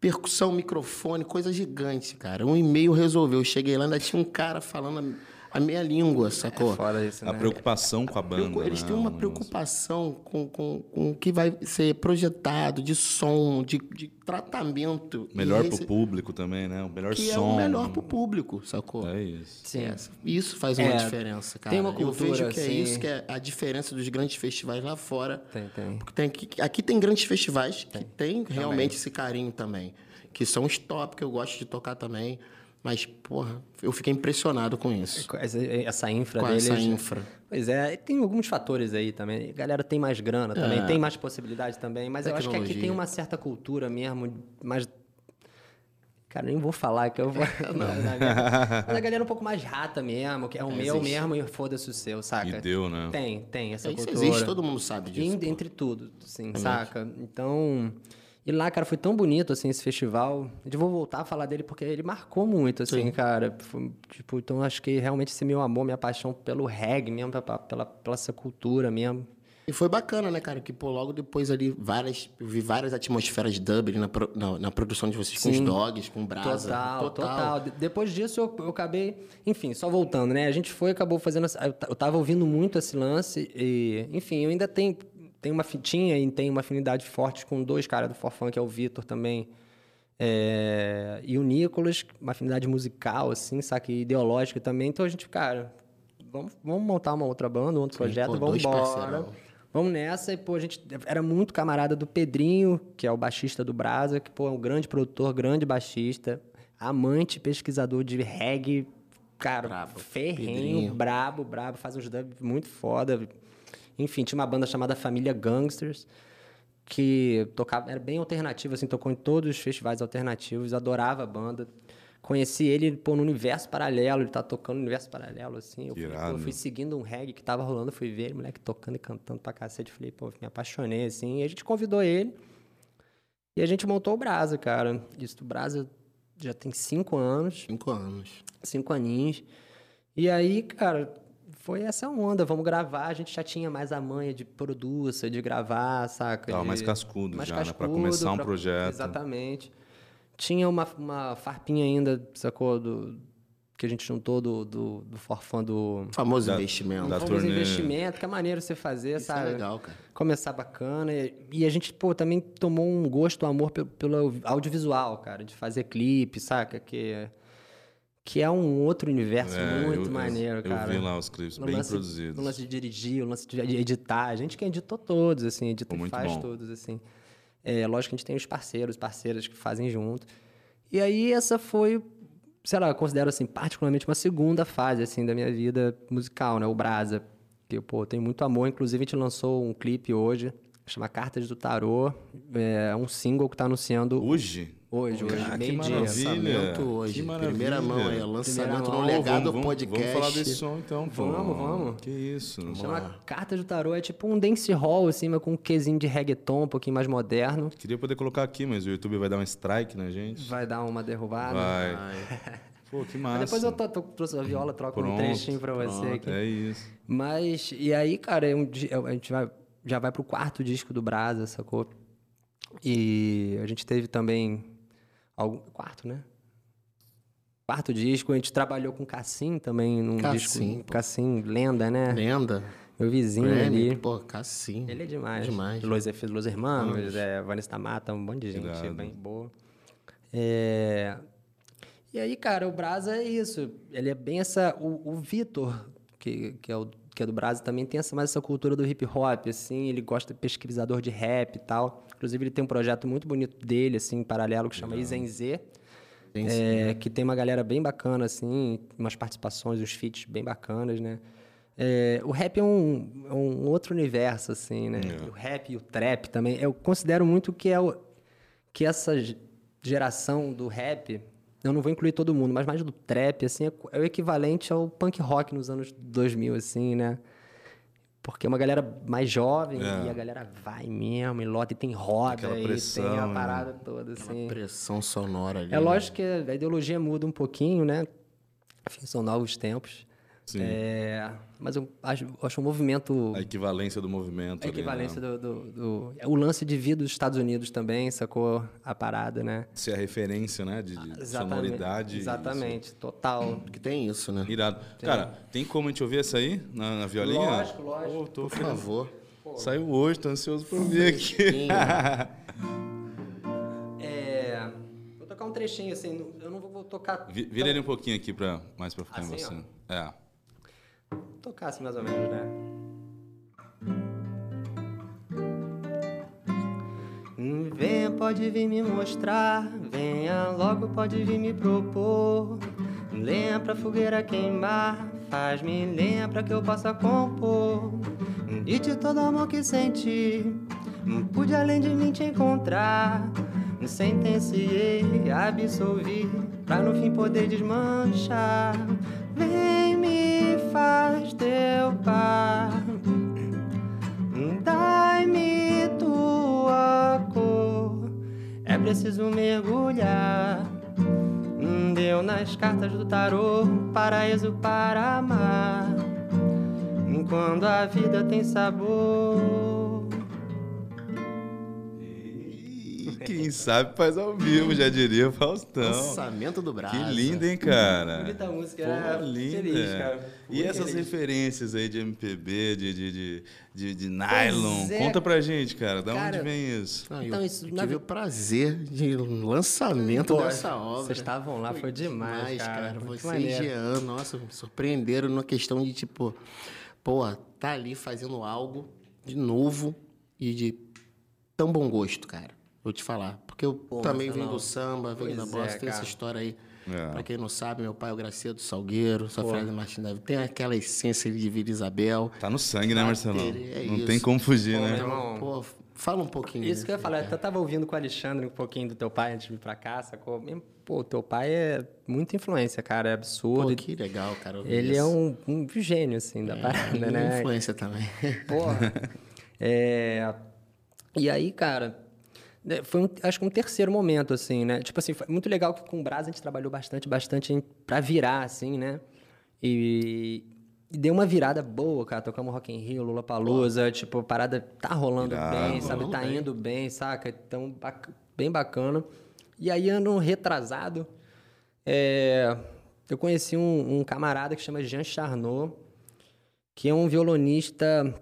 B: percussão, microfone, coisa gigante, cara. Um e-mail resolveu. Eu cheguei lá, ainda tinha um cara falando a, a minha língua,
A: É
B: sacou?
C: Foda isso, né?
A: A preocupação com a banda.
B: Preocu- Eles
A: né?
B: têm uma
A: Um negócio.
B: preocupação com, com, com o que vai ser projetado de som, de, de tratamento. E
A: Melhor
B: esse-
A: pro público também, né? O melhor
B: Que
A: som. né?
B: é o melhor pro público, sacou?
A: É isso.
C: Sim.
B: Essa- Isso faz uma
C: É,
B: diferença, cara.
C: tem uma cultura,
B: Eu vejo que é
C: assim.
B: isso que é a diferença dos grandes festivais lá fora.
C: Tem, tem.
B: Porque tem aqui, aqui tem grandes festivais que tem realmente esse carinho também. Que são os top, que eu gosto de tocar também. Mas, porra, eu fiquei impressionado com isso.
C: Essa, essa infra
B: Com
C: deles. né?
B: essa infra.
C: Pois é, e tem alguns fatores aí também. A galera tem mais grana também, tem mais possibilidade também, mas eu acho que aqui
B: Tecnologia.
C: tem uma certa cultura mesmo, mais. Cara, nem vou falar que eu vou. Não, na verdade. Mas a galera é um pouco mais rata mesmo, que é o meu
B: existe.
C: mesmo e foda-se o seu, saca?
A: E deu, né?
C: Tem, tem essa
B: É Isso
C: cultura.
B: existe, todo mundo sabe
C: E
B: disso.
C: en- entre tudo, assim, saca? Então. E lá, cara, foi tão bonito, assim, esse festival. Eu vou voltar a falar dele porque ele marcou muito, assim, cara. Foi, tipo, então acho que realmente esse meu amor, minha paixão pelo reggae mesmo, pela, pela, pela essa cultura mesmo.
B: E foi bacana, né, cara? Que, pô, logo depois ali, várias, eu vi várias atmosferas Dublin na, pro- na, na produção de vocês com os
C: Sim.
B: dogs, com brasa.
C: Total, total, De- Depois disso eu, eu acabei, enfim, só voltando, né? A gente foi, acabou fazendo. essa- Eu, ta- eu tava ouvindo muito esse lance e, enfim, eu ainda tenho, tenho uma fitinha e tenho uma afinidade forte com dois caras do Forfã, que é o Vitor também. é, e o Nicolas, uma afinidade musical, assim, saca? E ideológica também. Então a gente, cara, vamos, vamos montar uma outra banda, um outro projeto,
B: pô,
C: vamos
B: dois
C: embora.
B: parceirão.
C: Vamos nessa, e, pô, a gente era muito camarada do Pedrinho, que é o baixista do Brasa, que, pô, é um grande produtor, grande baixista, amante, pesquisador de reggae, cara,
B: Brabo.
C: ferrenho,
B: Pedrinho.
C: brabo, brabo, faz uns dub muito foda. Enfim, tinha uma banda chamada Família Gangsters, que tocava, era bem alternativa, assim, tocou em todos os festivais alternativos, adorava a banda. Conheci ele, pô, no universo paralelo, ele tá tocando no universo paralelo, assim. Eu
A: Que
C: fui, pô,
A: irado.
C: fui seguindo um reggae que tava rolando, fui ver ele, moleque tocando e cantando pra cacete. Falei, pô, me apaixonei, assim. E a gente convidou ele. E a gente montou o Brasa, cara. Isso do Brasa já tem cinco anos,
B: Cinco anos.
C: cinco aninhos. E aí, cara, foi essa onda. Vamos gravar. A gente já tinha mais a manha de produça, de gravar, saca?
A: Tava
C: de...
A: mais cascudo
C: mais
A: já, né? Pra
C: cascudo,
A: começar um
C: pra-
A: projeto.
C: Exatamente. Tinha uma, uma farpinha ainda, sacou? Do, que a gente juntou do, do, do forfã do.
B: Famoso
A: Da-
B: investimento.
A: da-
C: Famoso
A: turnê.
C: investimento, que é maneiro você fazer,
B: Isso
C: sabe?
B: é legal, cara.
C: começar bacana. E, e a gente, pô, também tomou um gosto, um amor pe- pelo, audiovisual, cara, de fazer clipe, saca? Que, que é um outro universo muito
A: É, eu-
C: maneiro,
A: eu,
C: cara.
A: vi lá os clipes
C: No
A: bem
C: lance-
A: produzidos.
C: No lance de dirigir, o lance de de editar. A gente que editou todos, assim, edita
A: Pô,
C: e
A: muito
C: faz
A: bom.
C: todos, assim. É, lógico que a gente tem os parceiros, parceiras que fazem junto. E aí essa foi, sei lá, eu considero assim, particularmente uma segunda fase, assim, da minha vida musical, né? O Brasa. Que, pô, eu tenho muito amor. Inclusive, a gente lançou um clipe hoje, chama Cartas do Tarô. É um single que tá anunciando
A: Hoje?
C: hoje, hoje,
A: Cara, que
C: meio-dia.
A: maravilha.
B: Lançamento hoje.
A: Que maravilha.
B: Primeira mão aí. Lançamento
C: mão.
B: no legado
A: Pô, vamos,
B: podcast.
A: Vamos falar desse som então, pô.
C: Vamos, vamos.
A: Que isso.
C: Chama Cartas do Tarô, é tipo um dance hall, assim, mas com um quesinho de reggaeton, um pouquinho mais moderno.
A: Queria poder colocar aqui, mas o YouTube vai dar um strike na gente.
C: Vai dar uma derrubada.
A: Vai. Pô, que massa.
C: Mas depois eu to- to- trouxe a viola, troco um
A: Pronto,
C: trechinho pra você aqui.
A: É isso.
C: Mas, e aí, cara, é um di- a gente vai- já vai pro quarto disco do Brasa, sacou? E a gente teve também. Algum, quarto, né? Quarto disco, a gente trabalhou com Cassim também num
B: Cassim,
C: disco.
B: pô.
C: Cassim, lenda, né?
B: Lenda.
C: Meu vizinho
B: Grammy.
C: ali.
B: Pô, Cassim.
C: Ele é demais.
B: Demais.
C: Los, fez Los Hermanos, é, Vanessa Mata, um monte de gente
A: Irado.
C: bem boa. É, E aí, cara, o Brasa é isso. Ele é bem essa... O, o Vitor, que, que, é o, que é do Brasa, também tem essa, mais essa cultura do hip hop, assim. Ele gosta de pesquisador de rap e tal. Inclusive, ele tem um projeto muito bonito dele, assim, em paralelo, que chama Izen Z.
B: Tem sim.
C: É, que tem uma galera bem bacana, assim, umas participações, uns feats bem bacanas, né? É, o rap é um, é um outro universo, assim, né?
A: É.
C: O rap e o trap também. Eu considero muito que é o, que essa ge- geração do rap, eu não vou incluir todo mundo, mas mais do trap, assim, é, co- é o equivalente ao punk rock nos anos 2000, assim, né? Porque é uma galera mais jovem
A: É.
C: e a galera vai mesmo, e lota, e tem roda,
A: Aquela
C: e tem
A: pressão,
C: a
A: né?
C: parada toda, assim.
B: Pressão sonora ali. né?
C: É lógico que a ideologia muda um pouquinho, né? Enfim, são novos tempos.
A: Sim.
C: É, mas eu acho, acho um movimento
A: A equivalência do movimento.
C: a
A: ali, né?
C: equivalência do, do, do- é O lance de vida dos Estados Unidos também, sacou a parada, né?
A: Ser a referência, né? De, de sonoridade.
C: Exatamente, total.
B: Que tem isso, né?
A: isso. Irado. Cara, tem como a gente ouvir essa aí na, na violinha?
C: Lógico, lógico.
A: Pô, tô
B: Por favor.
A: Saiu hoje, tô ansioso pra ouvir aqui.
C: É, vou tocar um trechinho assim, não- eu não vou vou tocar.
A: Vi- Vira ele um pouquinho aqui pra, mais pra ficar em
C: Assim,
A: você.
C: Então- ó.
A: É.
C: Tocar assim mais ou menos, né? Hum, Venha, pode vir me mostrar. Venha, logo pode vir me propor. Lenha pra fogueira queimar. Faz-me lenha pra que eu possa compor. E de todo amor que senti, pude além de mim te encontrar. Sentenciei, absolvi, pra no fim poder desmanchar. Vem, me faz teu par. Dai-me tua cor, é preciso mergulhar. Deu nas cartas do tarô, paraíso para amar. Quando a vida tem sabor.
A: Ih, Quem sabe faz ao vivo, já diria Faustão.
B: Lançamento do braço.
A: Que lindo, hein, cara?
C: Bonita música,
A: Pô,
C: né?
A: linda.
C: Feliz, cara.
A: E
C: Muito
A: essas
C: feliz.
A: referências aí de MPB, de, de, de, de, de nylon?
C: Pois é.
A: Conta pra gente, cara, da
C: Cara,
A: onde vem isso?
B: Não,
C: Então,
B: eu,
C: isso,
B: eu
C: na
B: tive
C: ve-
B: o prazer de lançamento dessa obra.
C: Vocês estavam lá, foi demais, cara. muito
B: Você e
C: maneiro.
B: Jean, ah, nossa, me surpreenderam na questão de, tipo, pô, tá ali fazendo algo de novo e de tão bom gosto, cara. Vou te falar. Porque eu
C: Pô,
B: também
C: mas
B: vim
C: não.
B: do samba, vim
C: Pois
B: da
C: é,
B: bossa, tem
C: cara.
B: essa história aí.
A: É.
B: Pra quem não sabe, meu pai é o Gracedo Salgueiro, sua Fred Martins da Vila. Tem aquela essência de Vila Isabel.
A: Tá no sangue, né, Marcelão?
B: Bateria, é
A: Não
B: isso.
A: tem como fugir,
C: Pô,
A: né?
C: meu irmão.
B: Pô, fala um pouquinho
C: Isso
B: disso
C: que eu ia
B: aí,
C: falar, tá eu
B: cara.
C: até tava ouvindo com o Alexandre um pouquinho do teu pai antes de vir pra cá, sacou? Mesmo- Pô, teu pai é muita influência, cara, é absurdo.
B: Pô,
C: e
B: que legal, cara. ouvir
C: Ele
B: isso. É,
C: é um, um gênio, assim, da parada,
B: Minha
C: né?
B: influência também.
C: Porra. É, E aí, cara, né, foi um- acho que um terceiro momento, assim, né? Tipo assim, foi muito legal que com o Brás a gente trabalhou bastante, bastante em- pra virar, assim, né? E, e deu uma virada boa, cara. Tocamos Rock in Rio, Lula Palusa, tipo, a parada tá rolando
A: Irado.
C: bem, sabe?
B: Rolando
C: Tá
B: bem.
C: indo bem, saca? Então, bac- bem bacana. E aí, ano retrasado, é, eu conheci um, um camarada que chama Jean Charnot, que é um violonista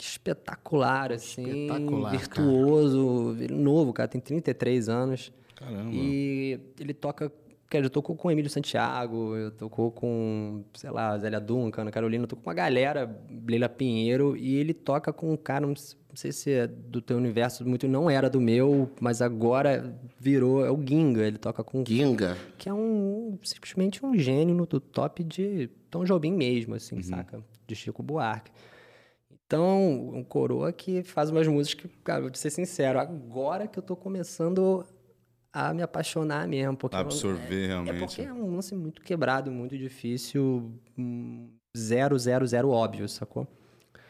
C: espetacular, assim,
B: Espetacular,
C: virtuoso, ele é novo, cara, tem 33 anos.
A: Caramba.
C: E ele toca, cara, eu tocou com o Emílio Santiago, eu tocou com, sei lá, Zélia Duncan, Ana Carolina, eu tô com uma galera, Leila Pinheiro, e ele toca com um cara, não s- não sei se é do teu universo, muito não era do meu, mas agora virou, é o Ginga, ele toca com
B: Ginga.
C: que é um simplesmente um gênio no- do top de Tom Jobim mesmo, assim, saca? De Chico Buarque. Então, um coroa que faz umas músicas que, cara, vou te ser sincero, agora que eu tô começando a me apaixonar mesmo, porque eu não-
A: Absorver
C: é
A: realmente.
C: porque é um lance muito quebrado, muito difícil, hum, zero, zero, zero óbvio, sacou?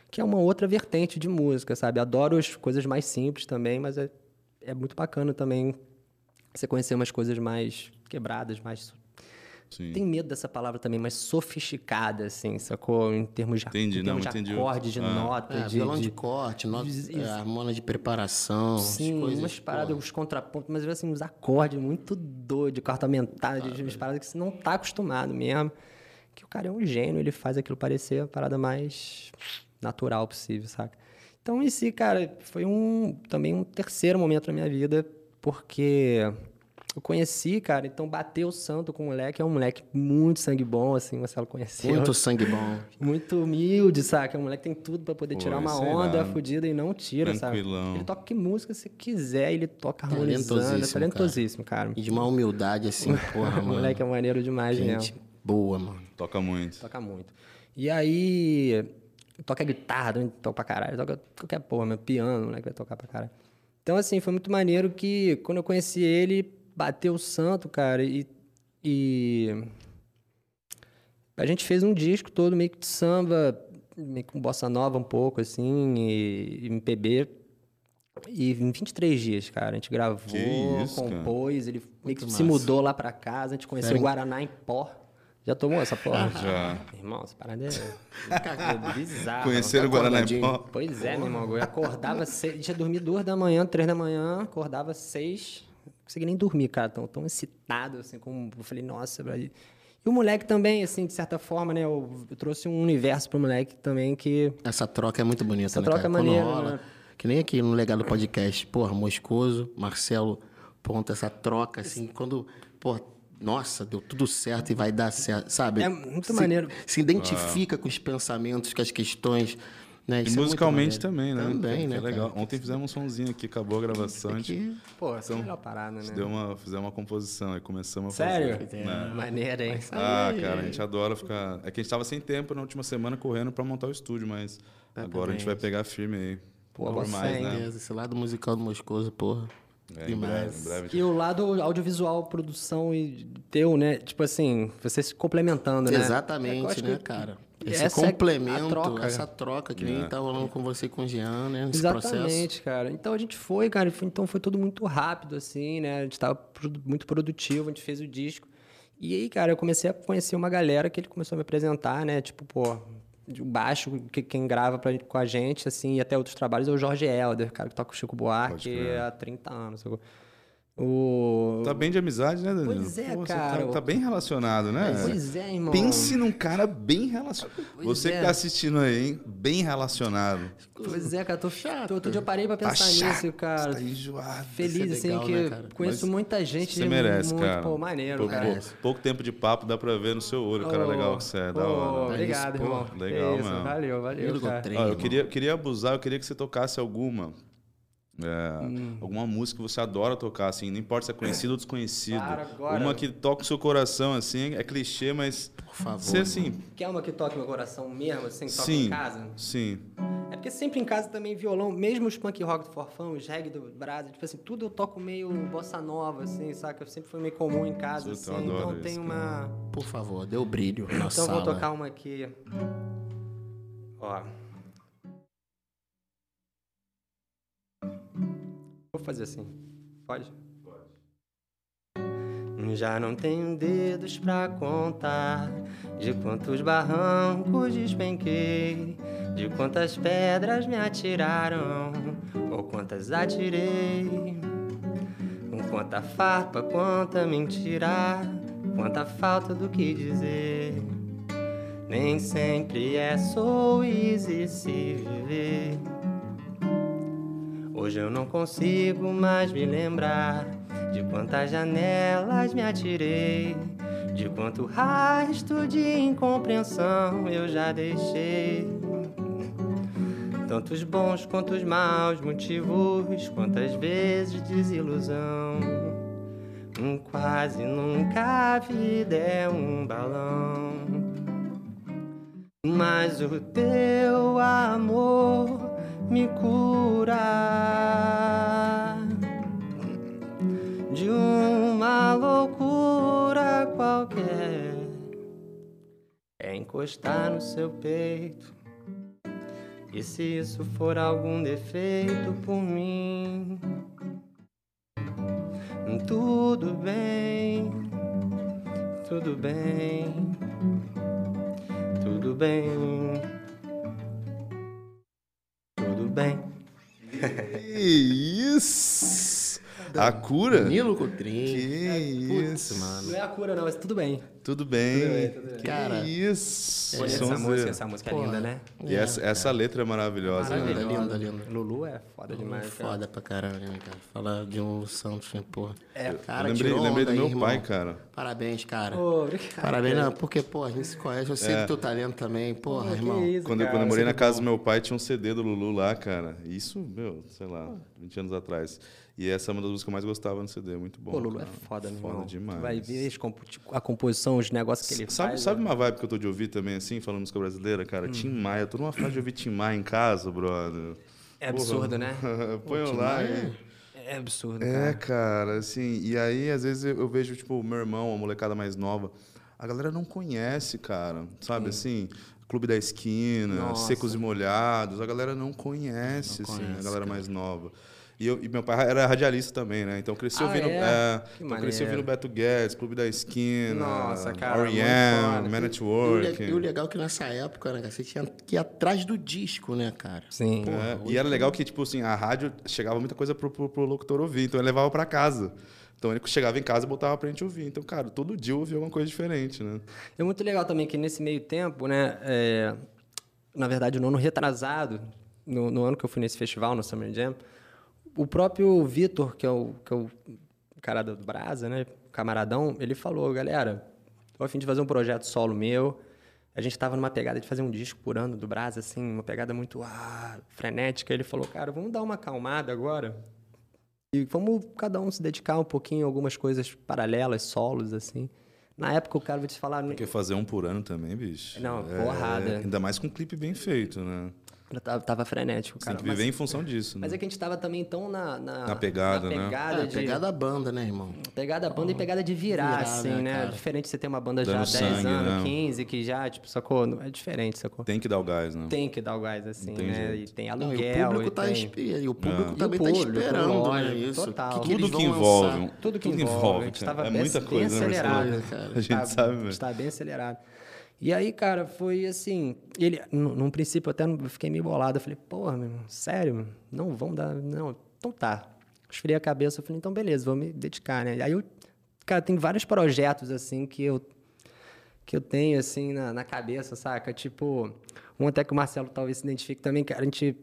C: Que é uma outra vertente de música, sabe? Adoro as coisas mais simples também, mas é, é muito bacana também você conhecer umas coisas mais quebradas, mais...
A: Sim.
C: Tem medo dessa palavra também, mas sofisticada, assim, sacou? Em termos de,
A: Entendi,
C: em
A: não,
C: termos de
A: entendi.
C: acorde, de
A: Ah.
C: nota,
B: É,
C: de-
B: violão de,
C: de
B: corte, nota,
C: Isso.
B: é, harmônia de preparação. essas
C: Sim,
B: coisas,
C: umas
B: pô.
C: paradas, uns contrapontos, mas assim, uns acordes muito doidos, cortamentados, umas paradas que você não tá acostumado mesmo. Que o cara é um gênio, ele faz aquilo parecer a parada mais natural possível, saca? Então, em si, cara, foi um também um terceiro momento da minha vida, porque eu conheci, cara, então bateu o santo com o moleque, é um moleque muito sangue bom, assim, o Marcelo conheceu.
B: Muito sangue bom.
C: Muito humilde, saca? O moleque tem tudo pra poder
A: Pô,
C: tirar uma
A: isso é
C: onda
A: irado.
C: fodida e não tira, sabe?
A: Tranquilão.
C: Ele toca que música você quiser, ele toca harmonizando. É
B: Então Talentosíssimo,
C: talentosíssimo, cara.
B: E de uma humildade assim, porra,
C: O
B: mano.
C: moleque é maneiro demais, né?
B: Gente boa, mano.
A: Toca muito.
C: Toca muito. E aí, toca guitarra, também toca pra caralho, toca qualquer porra, meu piano, né, que vai tocar pra caralho. Então, assim, foi muito maneiro que quando eu conheci ele, bateu o santo, cara, e, e a gente fez um disco todo meio que de samba, meio com bossa nova um pouco, assim, e MPB. E em 23 dias, cara, a gente gravou,
A: Que isso, cara.
C: compôs, ele meio que
B: Muito
C: se
B: massa.
C: mudou lá pra casa, a gente conheceu
B: Sério?
C: o Guaraná em pó. Já tomou essa porra?
A: Ah, Já.
C: Irmão, essa parada é cara, bizarro. Tá
A: Conheceram o Guaraná em
B: acordadinho.
A: pó.
C: Pois é, meu irmão. Eu acordava seis. Tinha dormir duas da manhã, três da manhã, acordava seis. Não consegui nem dormir, cara. Tão, tão excitado, assim, como. Eu falei, nossa, Brasil. E o moleque também, assim, de certa forma, né? Eu, eu trouxe um universo pro moleque também que.
B: Essa troca é muito bonita,
C: Essa
B: né,
C: troca
B: cara?
C: é
B: Quando
C: maneira,
B: rola,
C: né?
B: Que nem aqui no Legado Podcast, porra, Moscoso, Marcelo, ponta essa troca, assim, quando, porra, nossa, deu tudo certo e vai dar certo, sabe?
C: É muito
B: se,
C: maneiro.
B: Se identifica com os pensamentos, com as questões, né?
A: E
B: Isso é muito
A: musicalmente também,
B: maneiro.
A: né?
B: Também,
A: Que
B: né,
A: É legal.
B: cara?
A: Ontem fizemos um sonzinho aqui, acabou a gravação. a gente
B: Que-
C: Pô, essa é a melhor parada, né?
A: então deu uma, fizemos uma composição e começamos a
C: Sério? É,
A: fazer.
C: Maneira, hein?
A: Ah, cara, a gente adora ficar. É que a gente tava sem tempo na última semana correndo pra montar o estúdio, mas agora a gente vai pegar firme aí.
C: Pô,
A: Por né?
C: você, hein?
B: Beleza, Esse lado musical do Moscoso, porra.
A: É, em breve, em
B: demais.
A: breve.
C: E o lado audiovisual, produção e teu, né? Tipo assim, você se complementando, né? Eu
B: Exatamente,
C: acho
B: né,
C: que-
B: cara?
C: E
B: Esse
C: essa é a
B: complemento,
C: troca.
B: essa troca que
A: É.
B: nem tá rolando com você e com o Jean, né? Nesse processo.
C: Exatamente, cara. Então a gente foi, cara, e foi- então foi tudo muito rápido, assim, né? A gente tava produ- muito produtivo, a gente fez o disco. E aí, cara, eu comecei a conhecer uma galera que ele começou a me apresentar, né? Tipo, pô, de baixo, que, quem grava pra, com a gente, assim, e até outros trabalhos é o Jorge Helder, cara, que toca com o Chico Buarque
A: crer.
C: há 30 anos. sacou? O...
A: Tá bem de amizade, né, Danilo?
C: Pois é,
A: você
C: cara.
A: Tá, tá bem relacionado, né?
C: Pois é, irmão.
A: Pense num cara bem relacionado. Você
C: é.
A: que tá assistindo aí, hein? Bem relacionado.
C: Pois é, cara, tô
B: Chato.
C: chato. Outro dia eu parei pra
A: Tá
C: pensar
A: chato,
C: nisso, cara.
A: Tá enjoado.
C: Feliz,
B: Isso é legal,
C: assim,
B: né,
C: que
B: cara?
C: conheço
A: Mas
C: muita gente.
A: você merece,
C: muito,
A: cara.
C: Pô, maneiro,
A: Pou-
C: cara.
A: pou- pouco tempo de papo, dá pra ver no seu olho, cara.
C: É. Ô,
A: Legal que você é, da
C: ô,
A: hora.
C: Obrigado,
B: Isso,
C: irmão.
A: pô,
C: Que
A: legal,
C: isso,
A: mano.
C: Valeu, valeu,
B: Comigo com
C: é, cara.
B: três,
A: Ó, eu
B: irmão.
A: queria, queria abusar, eu queria que você tocasse alguma. é,
C: Hum.
A: Alguma música que você adora tocar, assim, não importa se é conhecido ou desconhecido.
C: Para agora.
A: Uma que toca o seu coração, assim, é clichê, mas. Por
B: favor,
A: Você, assim,
C: Quer uma que toque meu coração mesmo, assim, que toca
A: sim.
C: em casa?
A: Sim.
C: É porque sempre em casa também violão, mesmo os punk rock do forfão, os reggae do Brasa, tipo assim, tudo eu toco meio bossa nova, assim, saca? Eu sempre foi meio comum em casa,
A: Puta, eu
C: assim,
A: adoro
C: então
A: isso,
C: tem
A: cara.
C: uma...
B: Por favor, dê o brilho na
C: Então eu
B: sala.
C: vou tocar uma aqui. Ó. Vou fazer assim. Pode? Já não tenho dedos pra contar de quantos barrancos despenquei, de quantas pedras me atiraram ou quantas atirei. Quanta farpa, quanta mentira, quanta falta do que dizer. Nem sempre é sorriso se viver. Hoje eu não consigo mais me lembrar de quantas janelas me atirei, de quanto rasto de incompreensão eu já deixei. Tantos bons quanto os maus motivos, quantas vezes desilusão. Um quase nunca a vida é um balão. Mas o teu amor me cura de uma loucura qualquer. É encostar no seu peito. E se isso for algum defeito por mim, tudo bem, tudo bem, tudo bem, tudo bem.
A: Que isso! A
C: um
A: cura?
B: Danilo
A: Que
B: Coutrin.
A: isso,
B: mano.
C: Não é a cura, não, mas tudo bem.
A: Tudo bem.
C: Tudo bem, tudo bem.
A: Que
B: Cara,
A: É isso!
C: Olha essa
A: Sonzeira.
C: música, essa música é
B: Porra.
C: linda, né?
A: E essa, essa letra é maravilhosa, né?
B: Maravilhosa. Linda, linda.
C: Lulu é foda demais. cara.
B: Foda pra caralho, né, cara? Falar de um Santos, né, porra. É,
A: Eu lembrei, lembrei do meu pai, cara.
B: Parabéns, cara.
C: Ô, obrigado.
B: Parabéns, não, porque, porra, a gente se conhece, eu
A: É.
B: sei do teu talento também, porra, irmão.
C: Que isso, é
A: Quando, eu-
C: cara,
A: quando eu morei na
C: você-
A: casa do meu pai, tinha um CD do Lulu lá, cara. Isso, meu, sei lá, 20 anos atrás. E essa é uma das músicas que eu mais gostava no CD, muito bom.
C: Pô, Lulu é
A: cara.
C: foda, meu
A: Foda
C: irmão.
A: demais.
C: Tu vai ver as compo- tipo, a composição, os negócios que ele
A: Sabe,
C: faz. né? Hum.
A: sabe uma vibe que eu tô de ouvir também, assim, falando música brasileira, cara? Tim Maia. Eu tô numa fase de ouvir Tim Maia em casa, brother.
C: É absurdo, né?
A: Põe lá e...
C: É absurdo, cara.
A: É, cara, assim, e aí às vezes eu eu vejo, tipo, o meu irmão, a molecada mais nova, a galera não conhece, cara, sabe, assim, Clube da Esquina,
C: Nossa.
A: Secos e Molhados. A galera não conhece,
B: Não
A: assim,
B: conhece,
A: a galera mais nova. E, eu- e meu pai era radialista também, né? Então cresci
C: Ah,
A: ouvindo.
C: é?
A: é,
C: Que
A: então cresci
C: maneiro.
A: ouvindo Beto Guedes, Clube da Esquina,
C: Nossa, cara, muito
A: R.E.M.,
C: foda.
A: Man at
B: E o
A: Work.
B: le- E o legal é que nessa época, né, cara, você tinha que ir atrás do disco, né, cara?
C: Sim.
A: É, e era
C: um
A: legal que, tipo assim, a rádio chegava muita coisa pro, pro, pro locutor ouvir, então ele levava pra casa. Então ele chegava em casa e botava pra gente ouvir. Então, cara, todo dia eu ouvia alguma coisa diferente, né?
C: É muito legal também que nesse meio tempo, né? é, na verdade, no ano retrasado, no, no ano que eu fui nesse festival, no Summer Jam, o próprio Vitor, que é o, que é o cara do Brasa, né? Camaradão, ele falou, galera, tô a fim de fazer um projeto solo meu. A gente tava numa pegada de fazer um disco por ano do Brasa, assim, uma pegada muito ah, frenética. Ele falou, cara, vamos dar uma acalmada agora. E vamos cada um se dedicar um pouquinho a algumas coisas paralelas, solos, assim. Na época, o cara, vou te falar,
A: Porque fazer um por ano também, bicho. É,
C: Não, porrada.
A: Ainda mais com um clipe bem feito, né?
C: eu tava, tava frenético,
A: Você tem
C: cara.
A: que
C: Mas,
A: viver em função disso.
C: mas
A: né?
C: é que a gente tava também tão na... Na,
A: Na pegada, né?
C: pegada
B: É,
C: de-
B: pegada a banda, né, irmão?
C: Pegada banda e pegada de virar,
B: Virar,
C: assim,
B: né,
C: né?
B: cara?
C: Diferente de você ter uma banda já há
A: Dando
C: 10
A: sangue,
C: anos,
A: né?
C: 15, que já, tipo, sacou? Não- É diferente, sacou? Tem,
A: Tem que dar o gás, né?
C: que dar o gás, assim,
A: tem
C: né?
A: jeito.
C: E tem
B: Não,
C: aluguel,
B: e o público
C: e
B: tá
C: tem-
B: espi- e o público
C: o
B: também
C: público,
B: tá esperando, né,
C: lógico,
B: isso.
C: total.
B: O que
A: Ah.
B: que
A: Tudo
B: eles
A: que
B: vão
A: envolve. um-
B: lançar?
C: Tudo que envolve. A gente
A: cara.
C: tava
A: é
C: bem,
A: muita
C: bem
A: coisa, né, Marcelo?
C: acelerado.
A: A gente
C: tá,
A: sabe, né?
C: A
A: velho.
C: gente tá bem acelerado. E aí, cara, foi assim... Ele, num num princípio, eu até não- eu fiquei meio bolado. Eu falei, porra, meu, irmão, sério? meu? Não, vamos dar... Não, então tá. Esfriei a cabeça. Eu falei, então beleza, vou me dedicar, né? Aí eu... Cara, tem vários projetos, assim, que eu que eu tenho, assim, na, na cabeça, saca? Tipo, um até que o Marcelo talvez se identifique também, cara, a gente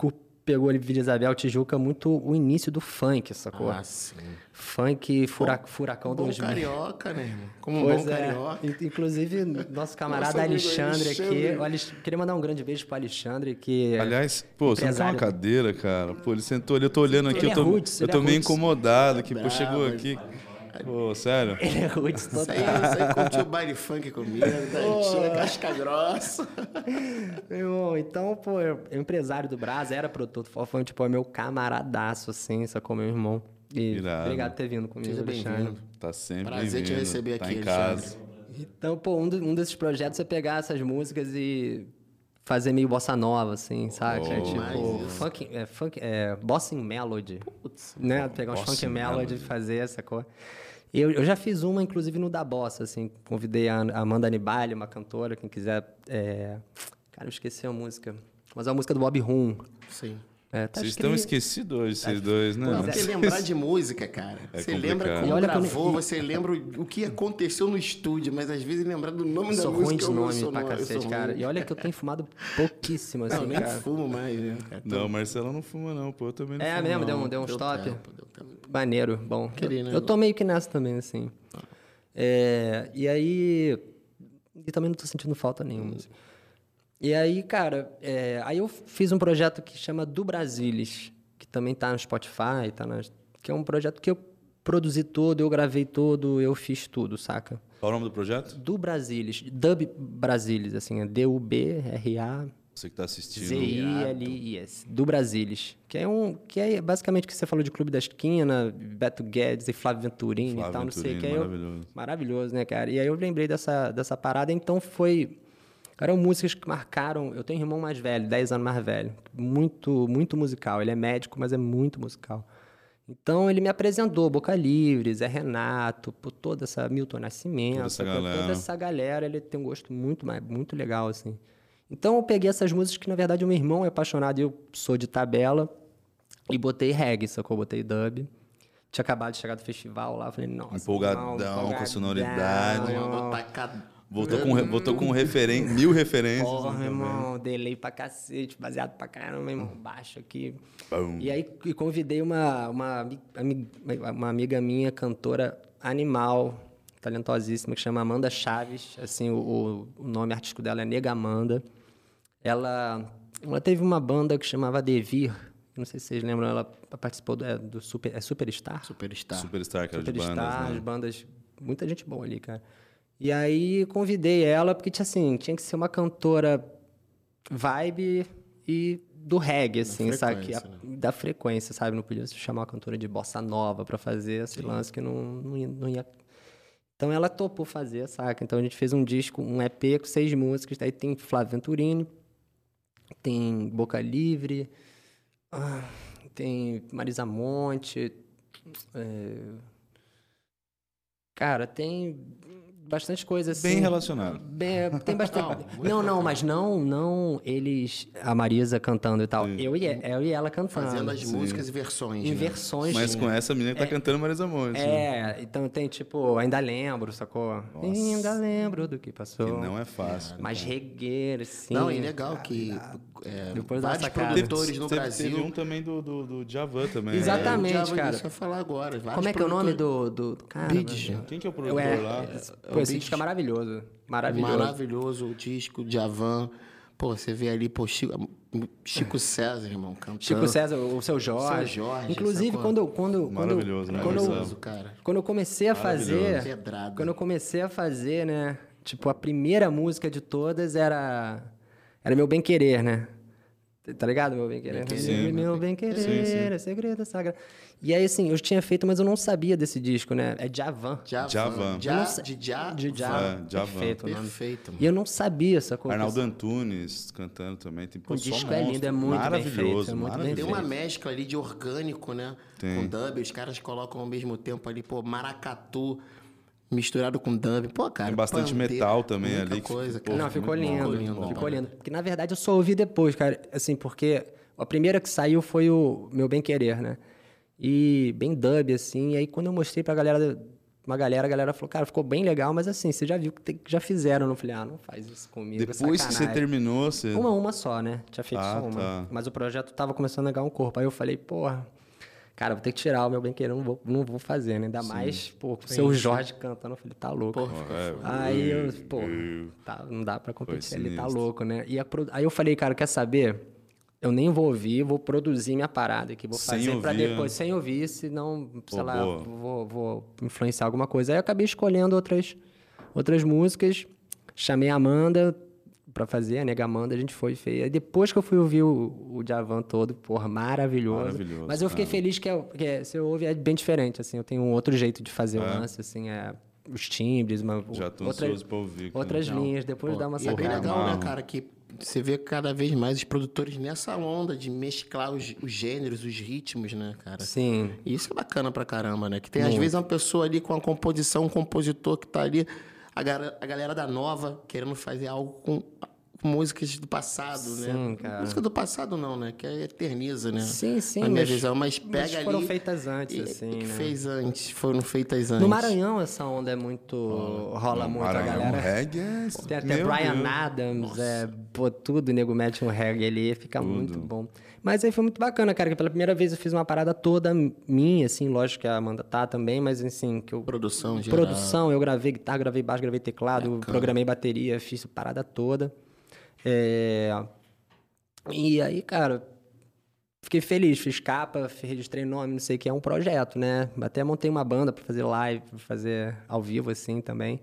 C: cu- pegou ali Vila Isabel, Tijuca, muito o início do funk, sacou?
B: Ah, sim.
C: Funk, fura- furacão
B: Bom
C: 2000.
B: carioca, né, irmão? Como um
C: Pois
B: bom
C: é.
B: carioca.
C: In- Inclusive, nosso camarada
B: amigo
C: Alexandre,
B: Alexandre.
C: aqui. o Alex- Queria mandar um grande beijo pro Alexandre, que.
A: Aliás, pô, você não tem uma
C: é. Empresário. né?
A: cadeira, cara? Pô, ele sentou ali, eu tô olhando aqui,
C: Ele
A: eu tô,
C: é roots,
A: eu
C: ele
A: tô
C: é
A: meio
C: roots.
A: incomodado que, pô, chegou
B: Bravo,
A: aqui. Pô, sério?
C: Ele é roots
B: Isso
C: total.
B: aí, isso aí curtiu o baile funk comigo, tá? Tinha casca grossa.
C: Meu irmão, então, pô, eu, eu empresário do Brás, era produtor do Fofão, tipo, é meu camaradaço, assim, sacou, meu irmão. E
A: Irado.
C: obrigado por ter vindo comigo,
B: Seja
C: Alexandre.
B: bem-vindo.
A: Tá sempre
B: Prazer te
A: bem-vindo,
B: receber
A: tá
B: aqui,
A: em casa.
B: Alexandre.
C: Então, pô, um, do- um desses projetos é pegar essas músicas e fazer meio bossa nova, assim, sabe?
A: Oh.
C: é,
B: Demais
C: tipo,
B: isso.
C: funk, é, funk, é, bossa em melody, né? Pegar uns
A: bossa
C: funk
A: em
C: melody
A: melody.
C: e fazer essa coisa. Eu, eu já fiz uma, inclusive, no da bossa, assim, convidei a An- a Amanda Anibali, uma cantora, quem quiser, é... cara, eu esqueci a música, mas é uma música do Bob Rum.
B: Sim.
C: É, tá
A: Vocês
C: escrito-
A: estão esquecidos hoje, vocês dois, né?
C: é
B: Não, porque lembrar de música, cara.
A: É
B: você
A: complicado.
B: lembra
A: E
B: como
C: olha quando-
B: gravou, você lembra o o que aconteceu no estúdio, mas às vezes lembrar do nome
C: Eu
B: da
C: sou
B: música...
C: ruim de
B: eu não
C: nome
B: sou
C: pra
B: no- eu
C: cacete,
B: sou
C: cara.
B: ruim.
C: E olha que eu tenho fumado pouquíssimo,
B: Não, eu
C: assim,
B: nem
C: cara.
B: fumo mais, né, cara?
A: Não, Marcelo não fuma, não, pô. Eu também não
C: Então É
A: fumo,
C: mesmo,
A: não.
C: deu um, deu um
B: Deu
C: stop.
B: tempo, deu tempo.
C: Maneiro, bom.
B: Queria,
C: eu,
B: né?
C: eu tô meio que nessa também, assim. É, e aí. E também não tô sentindo falta nenhuma. assim. E aí, cara, é, aí eu fiz um projeto que chama Do Brasilis, que também tá no Spotify, tá nas, que é um projeto que eu produzi todo, eu gravei todo, eu fiz tudo, saca?
A: Qual o nome do projeto?
C: Do Brasilis, Dub Brasilis, assim, é D-U-B-R-A
A: Você que tá assistindo.
C: Z-I-L-I-S, do Brasilis. Que é, um, que é basicamente o que você falou de Clube da Esquina, Beto Guedes e Flávio Venturini
A: Flávio
C: e tal, não sei é o que.
A: Venturini,
C: Aí eu-
A: maravilhoso.
C: maravilhoso, né, cara? E aí eu lembrei dessa, dessa parada, então foi... Eram músicas que marcaram... Eu tenho um irmão mais velho, 10 anos mais velho. Muito, muito musical. Ele é médico, mas é muito musical. Então ele me apresentou Boca Livre, Zé Renato, por toda essa Milton Nascimento,
A: Toda essa
C: por
A: galera.
C: toda essa galera, ele tem um gosto muito mais- muito legal assim. Então eu peguei essas músicas que na verdade o meu irmão é apaixonado e eu sou de tabela e botei reggae, sacou? Botei dub. Tinha acabado de chegar do festival lá, eu falei, nossa,
A: Empolgadão,
C: irmão,
A: com a sonoridade.
B: Eu
C: irmão.
B: vou tacar-
A: Voltou com, re- voltou com referen mil referências.
C: Porra,
A: né,
C: meu
A: também.
C: irmão, delay pra cacete, baseado pra caramba, irmão, baixo aqui.
A: Bom.
C: E aí e convidei uma, uma, ami- ami- uma amiga minha, cantora animal, talentosíssima, que chama Amanda Chaves. Assim, o, o nome artístico dela é Nega Amanda. Ela, ela teve uma banda que chamava Devir. Não sei se vocês lembram, ela participou do, é, do super, é Superstar?
B: Superstar.
A: Superstar, cara, de
C: Superstar,
A: bandas,
C: as
A: né?
C: bandas, muita gente boa ali, cara. E aí convidei ela porque tinha assim, tinha que ser uma cantora vibe e do reggae assim, sabe que a-
B: frequência,
C: da frequência, sabe, não podia se chamar uma cantora de bossa nova pra fazer esse lance que não, não ia, não ia- Então ela topou fazer, saca? Então a gente fez um disco, um EP com seis músicas. Daí tem Flávio Venturini, tem Boca Livre, ah, tem Marisa Monte. é, Cara, tem bastante coisa assim.
A: Bem relacionado.
C: Bem, é, tem bastante. não, não, mas não, não eles, a Marisa cantando e tal. Eu e, eu e ela cantando.
B: Fazendo as músicas e versões.
C: em
B: né?
C: versões.
A: Mas com essa menina que tá cantando Marisa Monte. né?
C: É, então tem tipo, ainda lembro, sacou? Ainda lembro do que passou.
A: Que não é fácil.
C: Mas regueiro, assim. sim. Ah,
B: Não, e legal que é,
C: Depois dá uma
B: vários
C: sacada.
B: produtores no
A: teve,
B: Brasil.
A: Teve um também do, do, do Djavan também. né?
C: Exatamente.
B: Eu já vou-
C: cara.
B: Isso eu ia falar agora. vários
C: Como é que é o nome
B: produtores-
C: do, do, do cara?
B: Bidge.
C: mano?
A: Quem que é o
C: Eu,
A: produtor
C: é,
A: lá?
C: é, pô, esse disco é maravilhoso. Maravilhoso.
B: Maravilhoso o disco de Avan. Pô, você vê ali, pô, Chico, Chico César, irmão, cantando.
C: Chico César, o seu Jorge.
B: Então, Seu Jorge,
C: Inclusive,
B: sacou?
C: quando, eu- quando, quando,
A: Maravilhoso, né?
C: quando, eu-
A: Maravilhoso.
B: Maravilhoso, cara.
C: quando eu comecei a fazer.
B: Pedrada.
C: Quando eu comecei a fazer, né? Tipo, a primeira música de todas era. Era Meu Bem Querer, né? Tá ligado? Meu Bem Querer.
A: Sim.
C: Meu Bem Querer,
A: Sim, sim.
C: é segredo sagrado. E aí, assim, eu tinha feito, mas eu não sabia desse disco, né? É Javan.
A: Djavan.
B: Djavan. Dja-
C: Eu não sei-
B: de Djavan.
C: De Javan.
A: É, Djavan.
C: Perfeito, o nome.
B: Perfeito, mano.
C: E eu não sabia essa coisa.
A: Arnaldo Antunes cantando também. Tem, pô,
C: O
A: só
C: disco é lindo,
A: monstro.
C: é muito bem
A: Maravilhoso,
C: feito, é muito bem
A: maravilhoso.
B: Tem uma mescla ali de orgânico, né?
A: Tem.
B: Com dub, os caras colocam ao mesmo tempo ali, pô, maracatu misturado com dub. Pô, cara.
A: Tem bastante
B: pandeiro,
A: metal também
B: muita
A: ali que
B: Coisa,
A: ficou-
B: cara.
A: Pô,
C: não, ficou
A: muito bom,
C: lindo.
A: muito
B: bom.
C: ficou lindo. Porque, na verdade, eu só ouvi depois, cara. Assim, porque a primeira que saiu foi o Meu Bem Querer, né? E bem dub, assim. E aí, quando eu mostrei pra galera, uma galera, a galera falou, cara, ficou bem legal, mas assim, você já viu que tem- que já fizeram. Eu falei, ah, não faz isso comigo. é
A: Depois que você
C: sacanagem."
A: terminou, você.
C: Uma, uma só, né? Tinha feito
A: Ah,
C: só uma.
A: tá.
C: Mas o projeto tava começando a ganhar um corpo. Aí eu falei, porra, cara, vou ter que tirar o meu bem querer, não vou, não vou fazer, né? Ainda mais, pô, com o seu Jorge cantando. Eu falei, tá louco.
A: É,
C: Aí eu, pô, tá, não dá pra
A: Foi
C: competir, ele tá
A: sinistro.
C: louco, né? E a pro- aí eu falei, cara, quer saber? Eu nem vou ouvir, vou produzir minha parada aqui, vou
A: Sem
C: fazer pra
A: ouvir,
C: depois,
A: é.
C: sem ouvir, senão, sei
A: Pô,
C: lá,
A: boa.
C: vou, vou influenciar alguma coisa. Aí eu acabei escolhendo outras, outras músicas, chamei a Amanda pra fazer, a Nega Amanda, a gente foi e fez. Aí depois que eu fui ouvir o, o Javan todo, porra, maravilhoso.
A: Maravilhoso,
C: Mas eu fiquei
A: cara.
C: feliz que, é, que é, se eu ouvir é bem diferente, assim, eu tenho um outro jeito de fazer o lance, assim, é... Os timbres, uma,
A: Já tô
C: outra-
A: ansioso pra ouvir. cara.
C: Outras linhas, depois dá uma
B: E é bem
A: Porra,
C: sacada.
B: legal,
A: amarro.
B: né, cara, que você vê cada vez mais os produtores nessa onda de mesclar os, os gêneros, os ritmos, né, cara?
C: Sim.
B: E isso é bacana pra caramba, né? Que tem, às vezes, uma pessoa ali com a composição, um compositor que tá ali, a, gara- a galera da nova querendo fazer algo com com músicas do passado,
C: Sim,
B: né?
C: cara.
B: Música do passado não, né? Que aí eterniza, né?
C: Sim, sim,
B: Na minha
C: mas-
B: visão, mas pega
C: mas foram
B: ali
C: feitas antes,
B: e-
C: assim,
B: e que
C: né?
B: fez antes, foram feitas antes.
C: No Maranhão essa onda é muito. rola muito a
A: Maranhão,
C: galera.
A: reggae é...
C: Tem até
A: Meu
C: Brian
A: Deus.
C: Adams, é, pô, tudo, o nego mete um reggae ali, fica muito bom. Mas aí foi muito bacana, cara, que pela primeira vez eu fiz uma parada toda minha, assim, lógico que a Amanda tá também, mas assim, que eu
B: Produção, geral.
C: Produção, eu gravei guitarra, gravei baixo, gravei teclado, programei bateria, fiz a parada toda. É, E aí, cara, fiquei feliz, fiz capa, f- registrei nome, não sei o que, é um projeto, né? Até montei uma banda pra fazer live, pra fazer ao vivo assim também.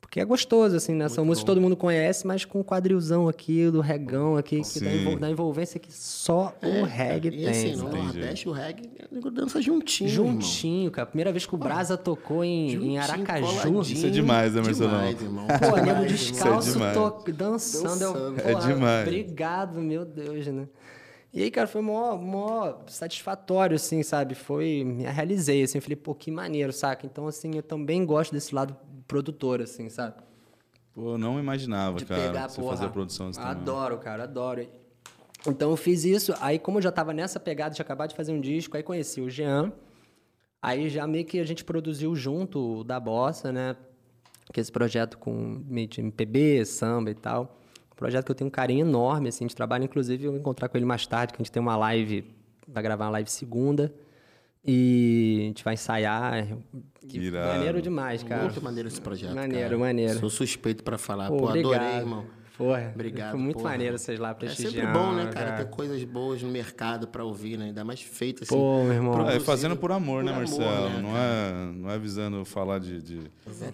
C: Porque é gostoso, assim, né? São músicas que todo mundo conhece, mas com o quadrilzão aqui, do regão aqui, que dá,
A: Sim.
C: envol- dá envolvência que só
B: É,
C: o reggae
B: e
C: tem.
B: assim, no
C: sabe?
A: Entendi.
B: Nordeste, o reggae nego dança juntinho. irmão.
C: Juntinho, cara. Primeira vez que o Brasa tocou em, em
B: Juntinho,
C: Aracaju.
B: coladinho.
A: Isso é demais, né, Marcelão?
B: Demais, irmão.
C: Pô,
B: Demais,
C: nego
B: irmão.
A: Isso é
C: descalço,
A: demais.
C: tô dançando. eu-
B: Dançando.
A: É
C: porra,
A: demais.
C: Obrigado, meu Deus, né? E aí, cara, foi mó, mó satisfatório, assim, sabe? Foi, me realizei, assim, falei, pô, que maneiro, saca? Então, assim, eu também gosto desse lado produtor, assim, sabe?
A: Pô, eu não imaginava,
C: De
A: cara,
C: pegar,
A: você
C: porra.
A: fazer a produção assim, Ah, desse tamanho.
C: Adoro, cara, adoro. Então eu fiz isso, aí como eu já tava nessa pegada de acabar de fazer um disco, aí conheci o Jean, aí já meio que a gente produziu junto o da Bossa, né? Que é esse projeto com meio de MPB, samba e tal. Um projeto que eu tenho um carinho enorme, assim, de trabalho. Inclusive, eu vou encontrar com ele mais tarde, que a gente tem uma live, vai gravar uma live segunda. E a gente vai ensaiar. é,
A: Que irado.
C: Maneiro demais, cara.
B: Muito maneiro esse projeto. cara.
C: Maneiro, maneiro.
B: Sou suspeito pra falar.
C: Pô,
B: Ah, Pô, adorei,
C: obrigado.
B: irmão.
C: Porra,
B: Obrigado.
C: Foi muito
B: porra.
C: maneiro vocês lá prestigiando.
B: É sempre bom, né, cara,
C: cara.
B: ter coisas boas no mercado pra ouvir, né? Ainda mais feito assim.
C: Pô, meu irmão.
A: Ah,
B: produzido
A: é fazendo por amor, né,
B: por amor,
A: Marcelo?
B: né,
A: não, é, não é visando falar de, de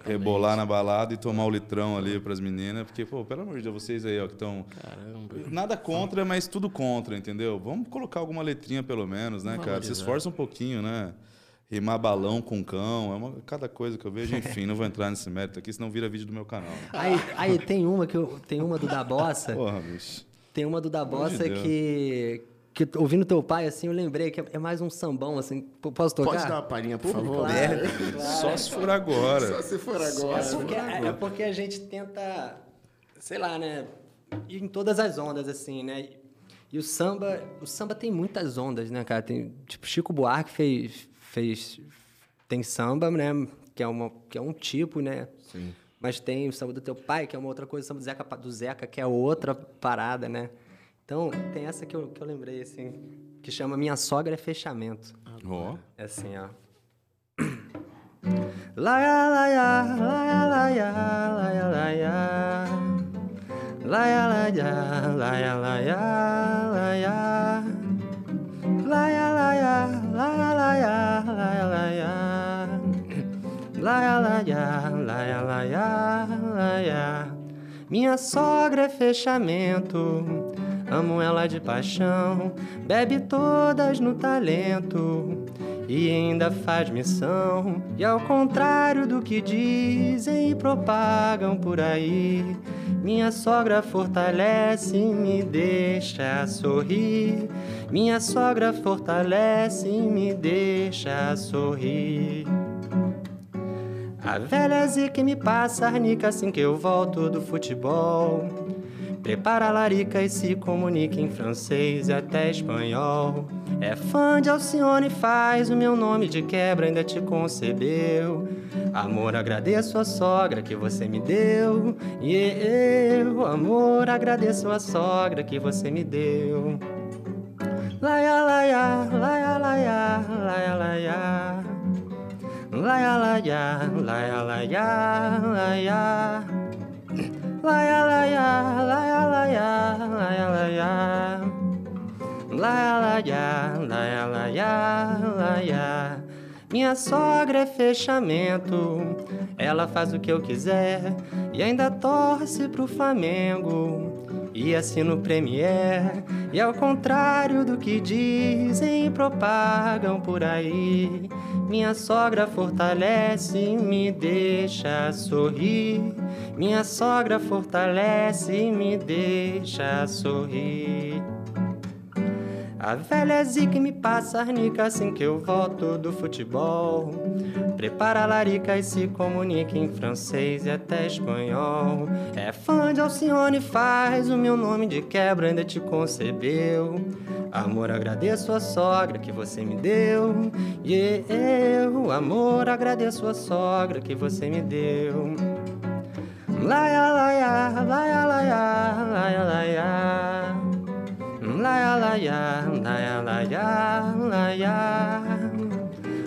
A: rebolar na balada e tomar o litrão ali pras meninas, porque, pô, pelo amor de Deus, vocês aí, ó, que estão.
B: Caramba.
A: Nada contra, mas tudo contra, entendeu? Vamos colocar alguma letrinha pelo menos, né, cara? Se esforça um pouquinho, né? rimar balão com cão, é uma, cada coisa que eu vejo, enfim, não vou entrar nesse mérito aqui, senão vira vídeo do meu canal.
C: Aí, aí tem uma que eu, tem uma do da bossa,
A: Porra, bicho.
C: tem uma do da bossa
A: Deus.
C: que que ouvindo teu pai assim, eu lembrei que é- é mais um sambão assim, P- posso tocar?
B: Pode dar uma palhinha, por favor?
C: claro.
A: Merda, bicho. só se for agora.
B: Só se for agora.
C: É porque, é porque a gente tenta, sei lá, né? Ir em todas as ondas, assim, né? E o samba, o samba tem muitas ondas, né, cara? Tem, tipo, Chico Buarque fez, fez. Tem samba, né? Que é, uma, que é um tipo, né? Sim. Mas tem o samba do teu pai, que é uma outra coisa, o samba do Zeca, Pa- do Zeca que é outra parada, né? Então, tem essa que eu, que eu lembrei, assim, que chama Minha Sogra é Fechamento.
A: Ó.
C: É assim, ó. Laia, laia, laia, laia, laia, laia. Laia, laia, laia, laia, laia. Laia, laia, laia, laia, laia, laia. Laia, laia, laia, laia, laia. Minha sogra é fechamento, amo ela de paixão, bebe todas no talento e ainda faz missão. E ao contrário do que dizem e propagam por aí, minha sogra fortalece e me deixa sorrir. Minha sogra fortalece e me deixa sorrir. A velha zica me passa arnica assim que eu volto do futebol. Prepara a larica e se comunica em francês e até espanhol. É fã de Alcione, faz o meu nome de quebra, ainda te concebeu. Amor, agradeço a sogra que você me deu. E eu, amor, agradeço a sogra que você me deu. Laia, laia, laia, laia, laia, laia. Laia, laia, laia, laia, laia. Laia, laia, laia, laia, laia, laia. Laia, laia, laia, laia, laia. Minha sogra é fechamento, ela faz o que eu quiser e ainda torce pro Flamengo e assino Premier. E ao contrário do que dizem e propagam por aí, minha sogra fortalece e me deixa sorrir. Minha sogra fortalece e me deixa sorrir. A velha zica me passa arnica assim que eu volto do futebol. Prepara a larica e se comunica em francês e até espanhol. É fã de Alcione, faz o meu nome de quebra, ainda te concebeu. Amor, agradeço a sogra que você me deu. E eu, amor, agradeço a sogra que você me deu. Laia, laia, laia, laia, laia, laia. Laia, laia, laia, laia, laia.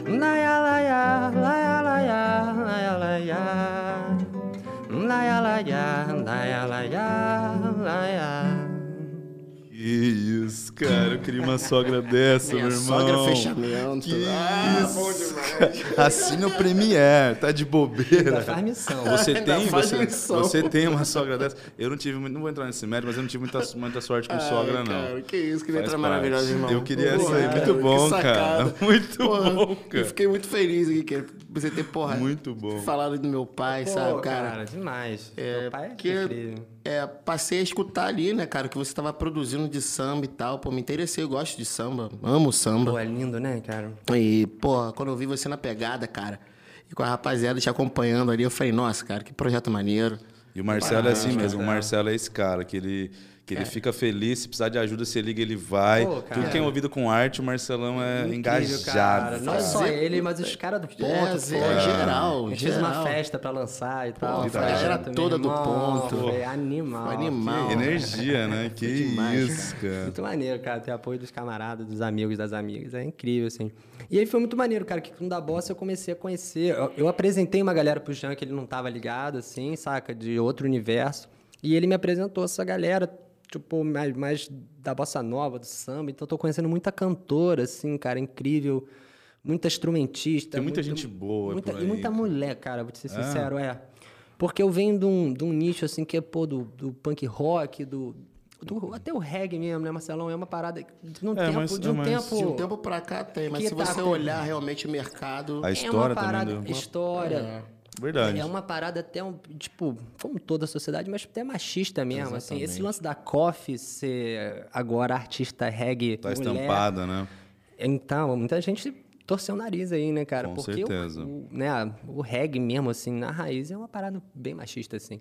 C: Laia, laia, laia, laia, laia, laia. Laia, laia, laia, laia, laia.
A: Que isso, cara. Eu queria uma sogra dessa,
B: Minha
A: meu irmão.
B: sogra é um fechamento.
A: Que
B: Ah,
A: isso.
B: bom demais.
A: cara. Assina o Premiere, tá de bobeira.
C: Farmissão.
A: Você
B: Ainda
A: tem,
B: faz um
A: você,
B: lição.
A: você tem uma sogra dessa. Eu não tive, muito- não vou entrar nesse mérito, mas eu não tive muita, muita sorte com
B: Ai,
A: sogra, não.
B: Cara, que isso, que letra
A: Faz
B: maravilhosa,
A: parte.
B: irmão.
A: Eu queria
B: Porra,
A: essa aí, muito
B: cara,
A: bom,
B: que sacada.
A: cara. Muito bom, cara.
B: Eu fiquei muito feliz aqui, cara, por você ter, porra,
A: Muito bom.
B: falado do meu pai, sabe, cara?
C: demais.
B: É, porque é, passei a escutar ali, né, cara, o que você tava produzindo de samba e tal. Pô, me interessei, eu gosto de samba, amo samba.
C: é lindo, né, cara?
B: E, porra, quando eu vi você na pegada, cara, e com a rapaziada te acompanhando ali, eu falei, nossa, cara, que projeto maneiro.
A: E o Marcelo é assim mesmo. O Marcelo é esse cara que ele, que
B: É.
A: ele fica feliz, se precisar de ajuda, você liga, ele vai.
C: Pô, cara.
A: Tudo que é movido com arte, o Marcelão é engajado.
C: cara. Não
A: cara.
C: só ele, mas os caras do ponto.
B: É,
C: pô.
B: Zé, é geral,
C: A gente fez uma
B: geral.
C: festa pra lançar e tal.
B: Pô,
C: Foi
B: a galera
C: junto,
B: toda
C: meu
B: do
C: irmão,
B: ponto.
C: foi animal.
B: Foi animal.
A: Energia, né? Que
B: demais,
A: isso, cara.
C: Muito maneiro, cara, ter apoio dos camaradas, dos amigos, das amigas. É incrível, assim. E aí foi muito maneiro, cara, que com da bossa eu comecei a conhecer. Eu, eu apresentei uma galera pro Jean que ele não tava ligado, assim, saca? De outro universo. E ele me apresentou essa galera, tipo, mais, mais da bossa nova, do samba. Então eu tô conhecendo muita cantora, assim, cara, incrível. Muita instrumentista.
A: Tem muita
C: Tá muito-
A: gente boa
C: muita-
A: por aí,
C: E muita mulher, cara, vou te ser sincero, é. Porque eu venho de um, de um nicho, assim, que é, pô, do, do punk rock, do, do- até o reggae mesmo, né, Marcelão? É uma parada de um
D: É,
C: tempo,
D: mas-
C: de um
D: mas-
C: tempo.
B: De um tempo pra cá tem, mas
C: Que
B: se você
C: tá-
B: olhar realmente o mercado.
A: A
C: é uma
A: história
C: parada,
A: também. Do...
C: história.
A: Verdade.
C: É uma parada até um, tipo, como toda a sociedade, mas até machista mesmo, assim. Esse lance da coffee ser agora artista reggae
A: Tá
C: mulher,
A: estampada, né?
C: Então, muita gente torceu o nariz aí, né, cara?
A: Com
C: Porque
A: certeza.
C: O, o, né, o reggae mesmo, assim, na raiz, é uma parada bem machista, assim.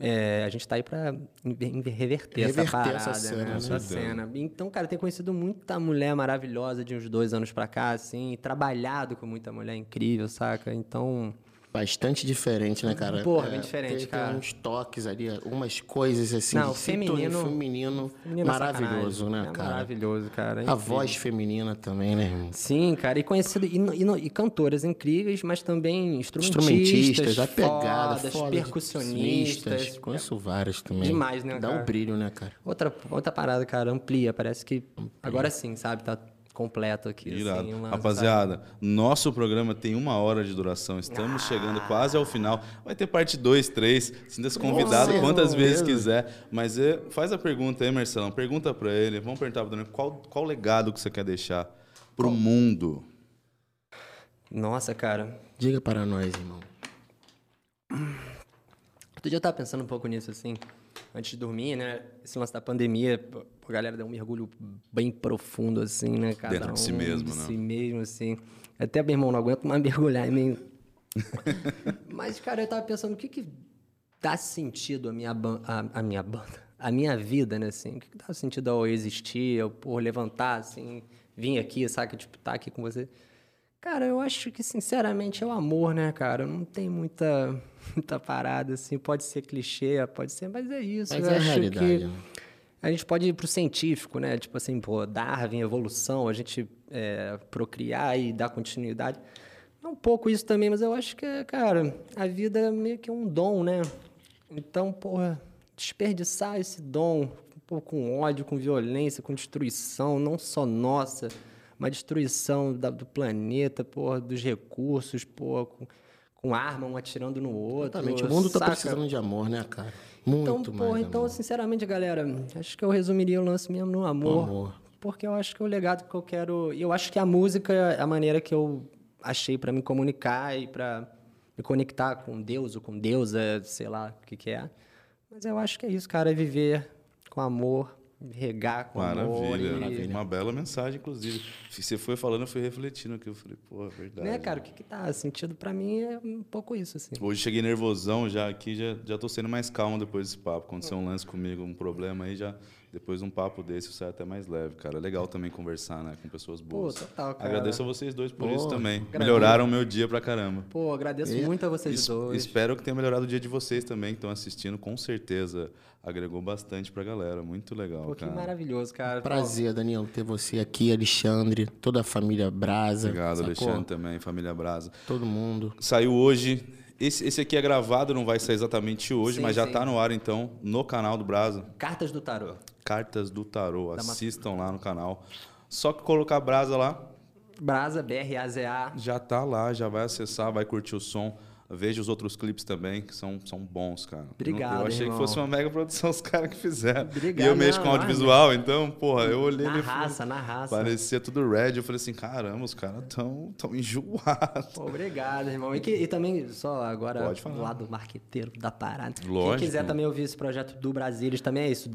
C: É, a gente tá aí pra inve- inve- reverter,
B: Reverter
C: essa parada,
B: essa cena,
C: né?
B: né?
A: Com
C: Essa
A: certeza.
C: cena. Então, cara, eu tenho conhecido muita mulher maravilhosa de uns dois anos pra cá, assim, e trabalhado com muita mulher incrível, saca? Então,
B: Bastante diferente, né, cara?
C: Porra, bem diferente,
B: tem- tem
C: cara.
B: uns toques ali, algumas coisas assim.
C: Não,
B: de sintonia,
C: feminino-
B: feminino.
C: menino
B: maravilhoso,
C: sacanagem.
B: né,
C: É
B: cara?
C: Maravilhoso, cara. Então,
B: A
C: É Incrível.
B: voz feminina também, né, irmão?
C: Sim, cara, e conhecido e, no- e no- e cantoras incríveis, mas também instrumentistas,
B: Instrumentistas, a pegada,
C: fodas,
B: foda,
C: percussionistas.
B: cistas. Conheço várias também.
C: Demais, né,
B: Dá
C: cara?
B: um brilho, né, cara?
C: Outra, outra parada, cara, amplia. Parece que agora sim, sabe? Tá completo aqui.
A: Irado.
C: assim, um lance,
A: Rapaziada, nosso programa tem uma hora de duração. Estamos chegando
C: Ah.
A: quase ao final. Vai ter parte 2, 3. Sinta-se convidado
B: Com
A: quantas vezes
B: certeza.
A: quiser. Mas é, faz a pergunta aí, Marcelão. Pergunta pra ele. Vamos perguntar pro Daniel qual, qual legado que você quer deixar pro mundo.
C: sabe? Nossa, cara.
B: Diga para nós, irmão.
C: Outro dia eu tava pensando um pouco nisso, assim, antes de dormir, né? Esse lance da pandemia, pô, a galera deu um mergulho bem profundo, assim, né? Cada
A: Dentro de si
C: um
A: mesmo,
C: de
A: né?
C: si mesmo, assim. Até, meu irmão, não aguento mais mergulhar em mim. Mas, cara, eu tava pensando, o que que dá sentido à minha, ban à, à minha banda? à minha vida, né, assim? O que que dá sentido ao existir, ao por levantar, assim, vir aqui, saca? Tipo, tá aqui com você. Cara, eu acho que, sinceramente, é o amor, né, cara? Não tem muita, muita parada, assim. Pode ser clichê, pode ser, mas é isso.
B: Mas
C: eu
B: é a
C: acho
B: realidade,
C: que
B: né?
C: a gente pode ir pro científico, né? Tipo assim, pô, Darwin, evolução, a gente é, procriar e dar continuidade. É um pouco isso também, mas eu acho que, é, cara, a vida é meio que um dom, né? Então, porra, desperdiçar esse dom pô, com ódio, com violência, com destruição, não só nossa, mas destruição da- do planeta, porra, dos recursos, porra, com, com arma, um atirando no outro.
B: Exatamente. O mundo tá
C: saca?
B: precisando de amor, né, cara? Muito
C: Então,
B: mais.
C: porra, então,
B: amor.
C: sinceramente, galera, acho que eu resumiria o lance mesmo no amor,
B: amor.
C: Porque eu acho que é o legado que eu quero. Eu acho que a música é a maneira que eu achei pra me comunicar e pra me conectar com Deus ou com deusa, sei lá o que, que é. Mas eu acho que é isso, cara, é viver com amor, regar com amor.
A: Maravilha.
C: e-
A: Uma bela mensagem, inclusive. Você foi falando, eu fui refletindo aqui. Eu falei, pô, é verdade.
C: Né, cara, o que, que tá sentido pra mim é um pouco isso, assim.
A: Hoje cheguei nervosão já aqui, já, já tô sendo mais calmo depois desse papo. Aconteceu
C: Hum.
A: um lance comigo, um problema aí, já depois de um papo desse eu saio até mais leve, cara. É legal também conversar, né, com pessoas boas.
C: total, cara.
A: Agradeço a vocês dois por
B: Pô,
A: isso também.
C: agradeço.
A: Melhoraram o meu dia pra caramba.
C: Pô, agradeço muito a vocês
A: Es-
C: dois.
A: Espero que tenha melhorado o dia de vocês também, que estão assistindo, com certeza. Agregou bastante pra galera, muito legal,
C: Pô, que
A: cara.
C: maravilhoso, cara. Pô,
B: Prazer, Daniel, ter você aqui, Alexandre, toda a família Brasa.
A: Obrigado,
B: sacou?
A: Alexandre também, família Brasa.
B: Todo mundo.
A: Saiu hoje. Esse, esse aqui é gravado, não vai sair exatamente hoje,
C: Sim,
A: mas já
C: sim.
A: tá no ar então, no canal do Brasa.
C: Cartas do Tarot.
A: Cartas do Tarô. Assistam lá no canal. Só que colocar brasa lá,
C: Brasa, B-R-A-Z-A.
A: já tá lá, já vai acessar, vai curtir o som. Veja os outros clipes também, que são, são bons, cara.
C: Obrigado,
A: Eu, não- eu achei
C: irmão.
A: que fosse uma mega produção os caras que fizeram.
C: Obrigado,
A: e eu mexo
C: não,
A: com
C: não,
A: audiovisual, então, porra, eu olhei
C: Na
A: ele falei,
C: raça, na raça.
A: parecia tudo red. Eu falei assim, caramba, os caras tão, tão enjoados.
C: Pô, Obrigado, irmão. E, que- e também, só agora,
A: Pode falar.
C: do lado marqueteiro da parada.
A: Lógico.
C: Quem quiser também ouvir esse projeto do Brasilis, também é isso.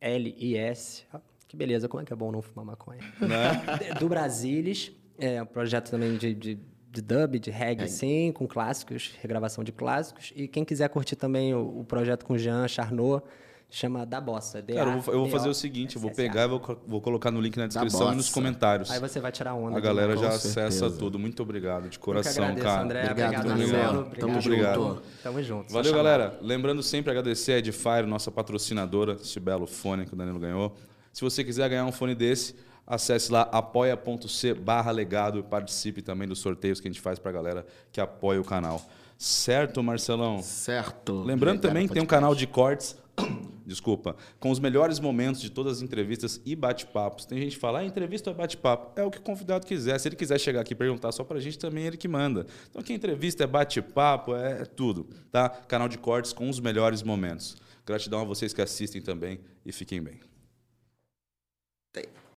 C: D-U-B-R-A-Z-I-L-I-S. Ah, Que beleza, como é que é bom não fumar maconha?
A: Né?
C: Do Brasilis, é um projeto também de, de, de dub, de
A: É.
C: reggae, sim, com clássicos, regravação de clássicos. E quem quiser curtir também o, o projeto com Jean Charnot, chama Da Bossa. D-A-
A: Cara, eu vou, eu vou fazer o
C: D-O-S-S-A.
A: seguinte, eu vou
C: é
A: pegar e vou, co- vou colocar no link na descrição e nos
B: bossa.
A: comentários.
C: Aí você vai tirar onda.
A: A galera
B: Com
A: já acessa
B: certeza.
A: tudo. Muito obrigado, de
C: Eu que
A: coração,
C: agradeço,
A: cara.
C: André.
B: Obrigado,
C: Obrigado,
B: Danilo.
C: Marcelo.
B: Tamo
C: Obrigado.
A: junto.
C: Tamo junto.
A: Valeu, galera. Lembrando sempre agradecer a Edifier, nossa patrocinadora, esse belo fone que o Danilo ganhou. Se você quiser ganhar um fone desse, acesse lá apoia.c barra legado e participe também dos sorteios que a gente faz pra galera que apoia o canal. Certo, Marcelão?
B: Certo. É,
A: Lembrando
B: Obrigado,
A: também que tem um
B: podcast.
A: canal de cortes. Desculpa, com os melhores momentos de todas as entrevistas e bate-papos. Tem gente que fala, ah, entrevista ou é bate-papo? É o que o convidado quiser. Se ele quiser chegar aqui e perguntar só pra gente, também é ele que manda. Então, aqui é entrevista, é bate-papo, é tudo, tá? Canal de cortes com os melhores momentos. Gratidão a vocês que assistem também e fiquem bem.
B: Tem.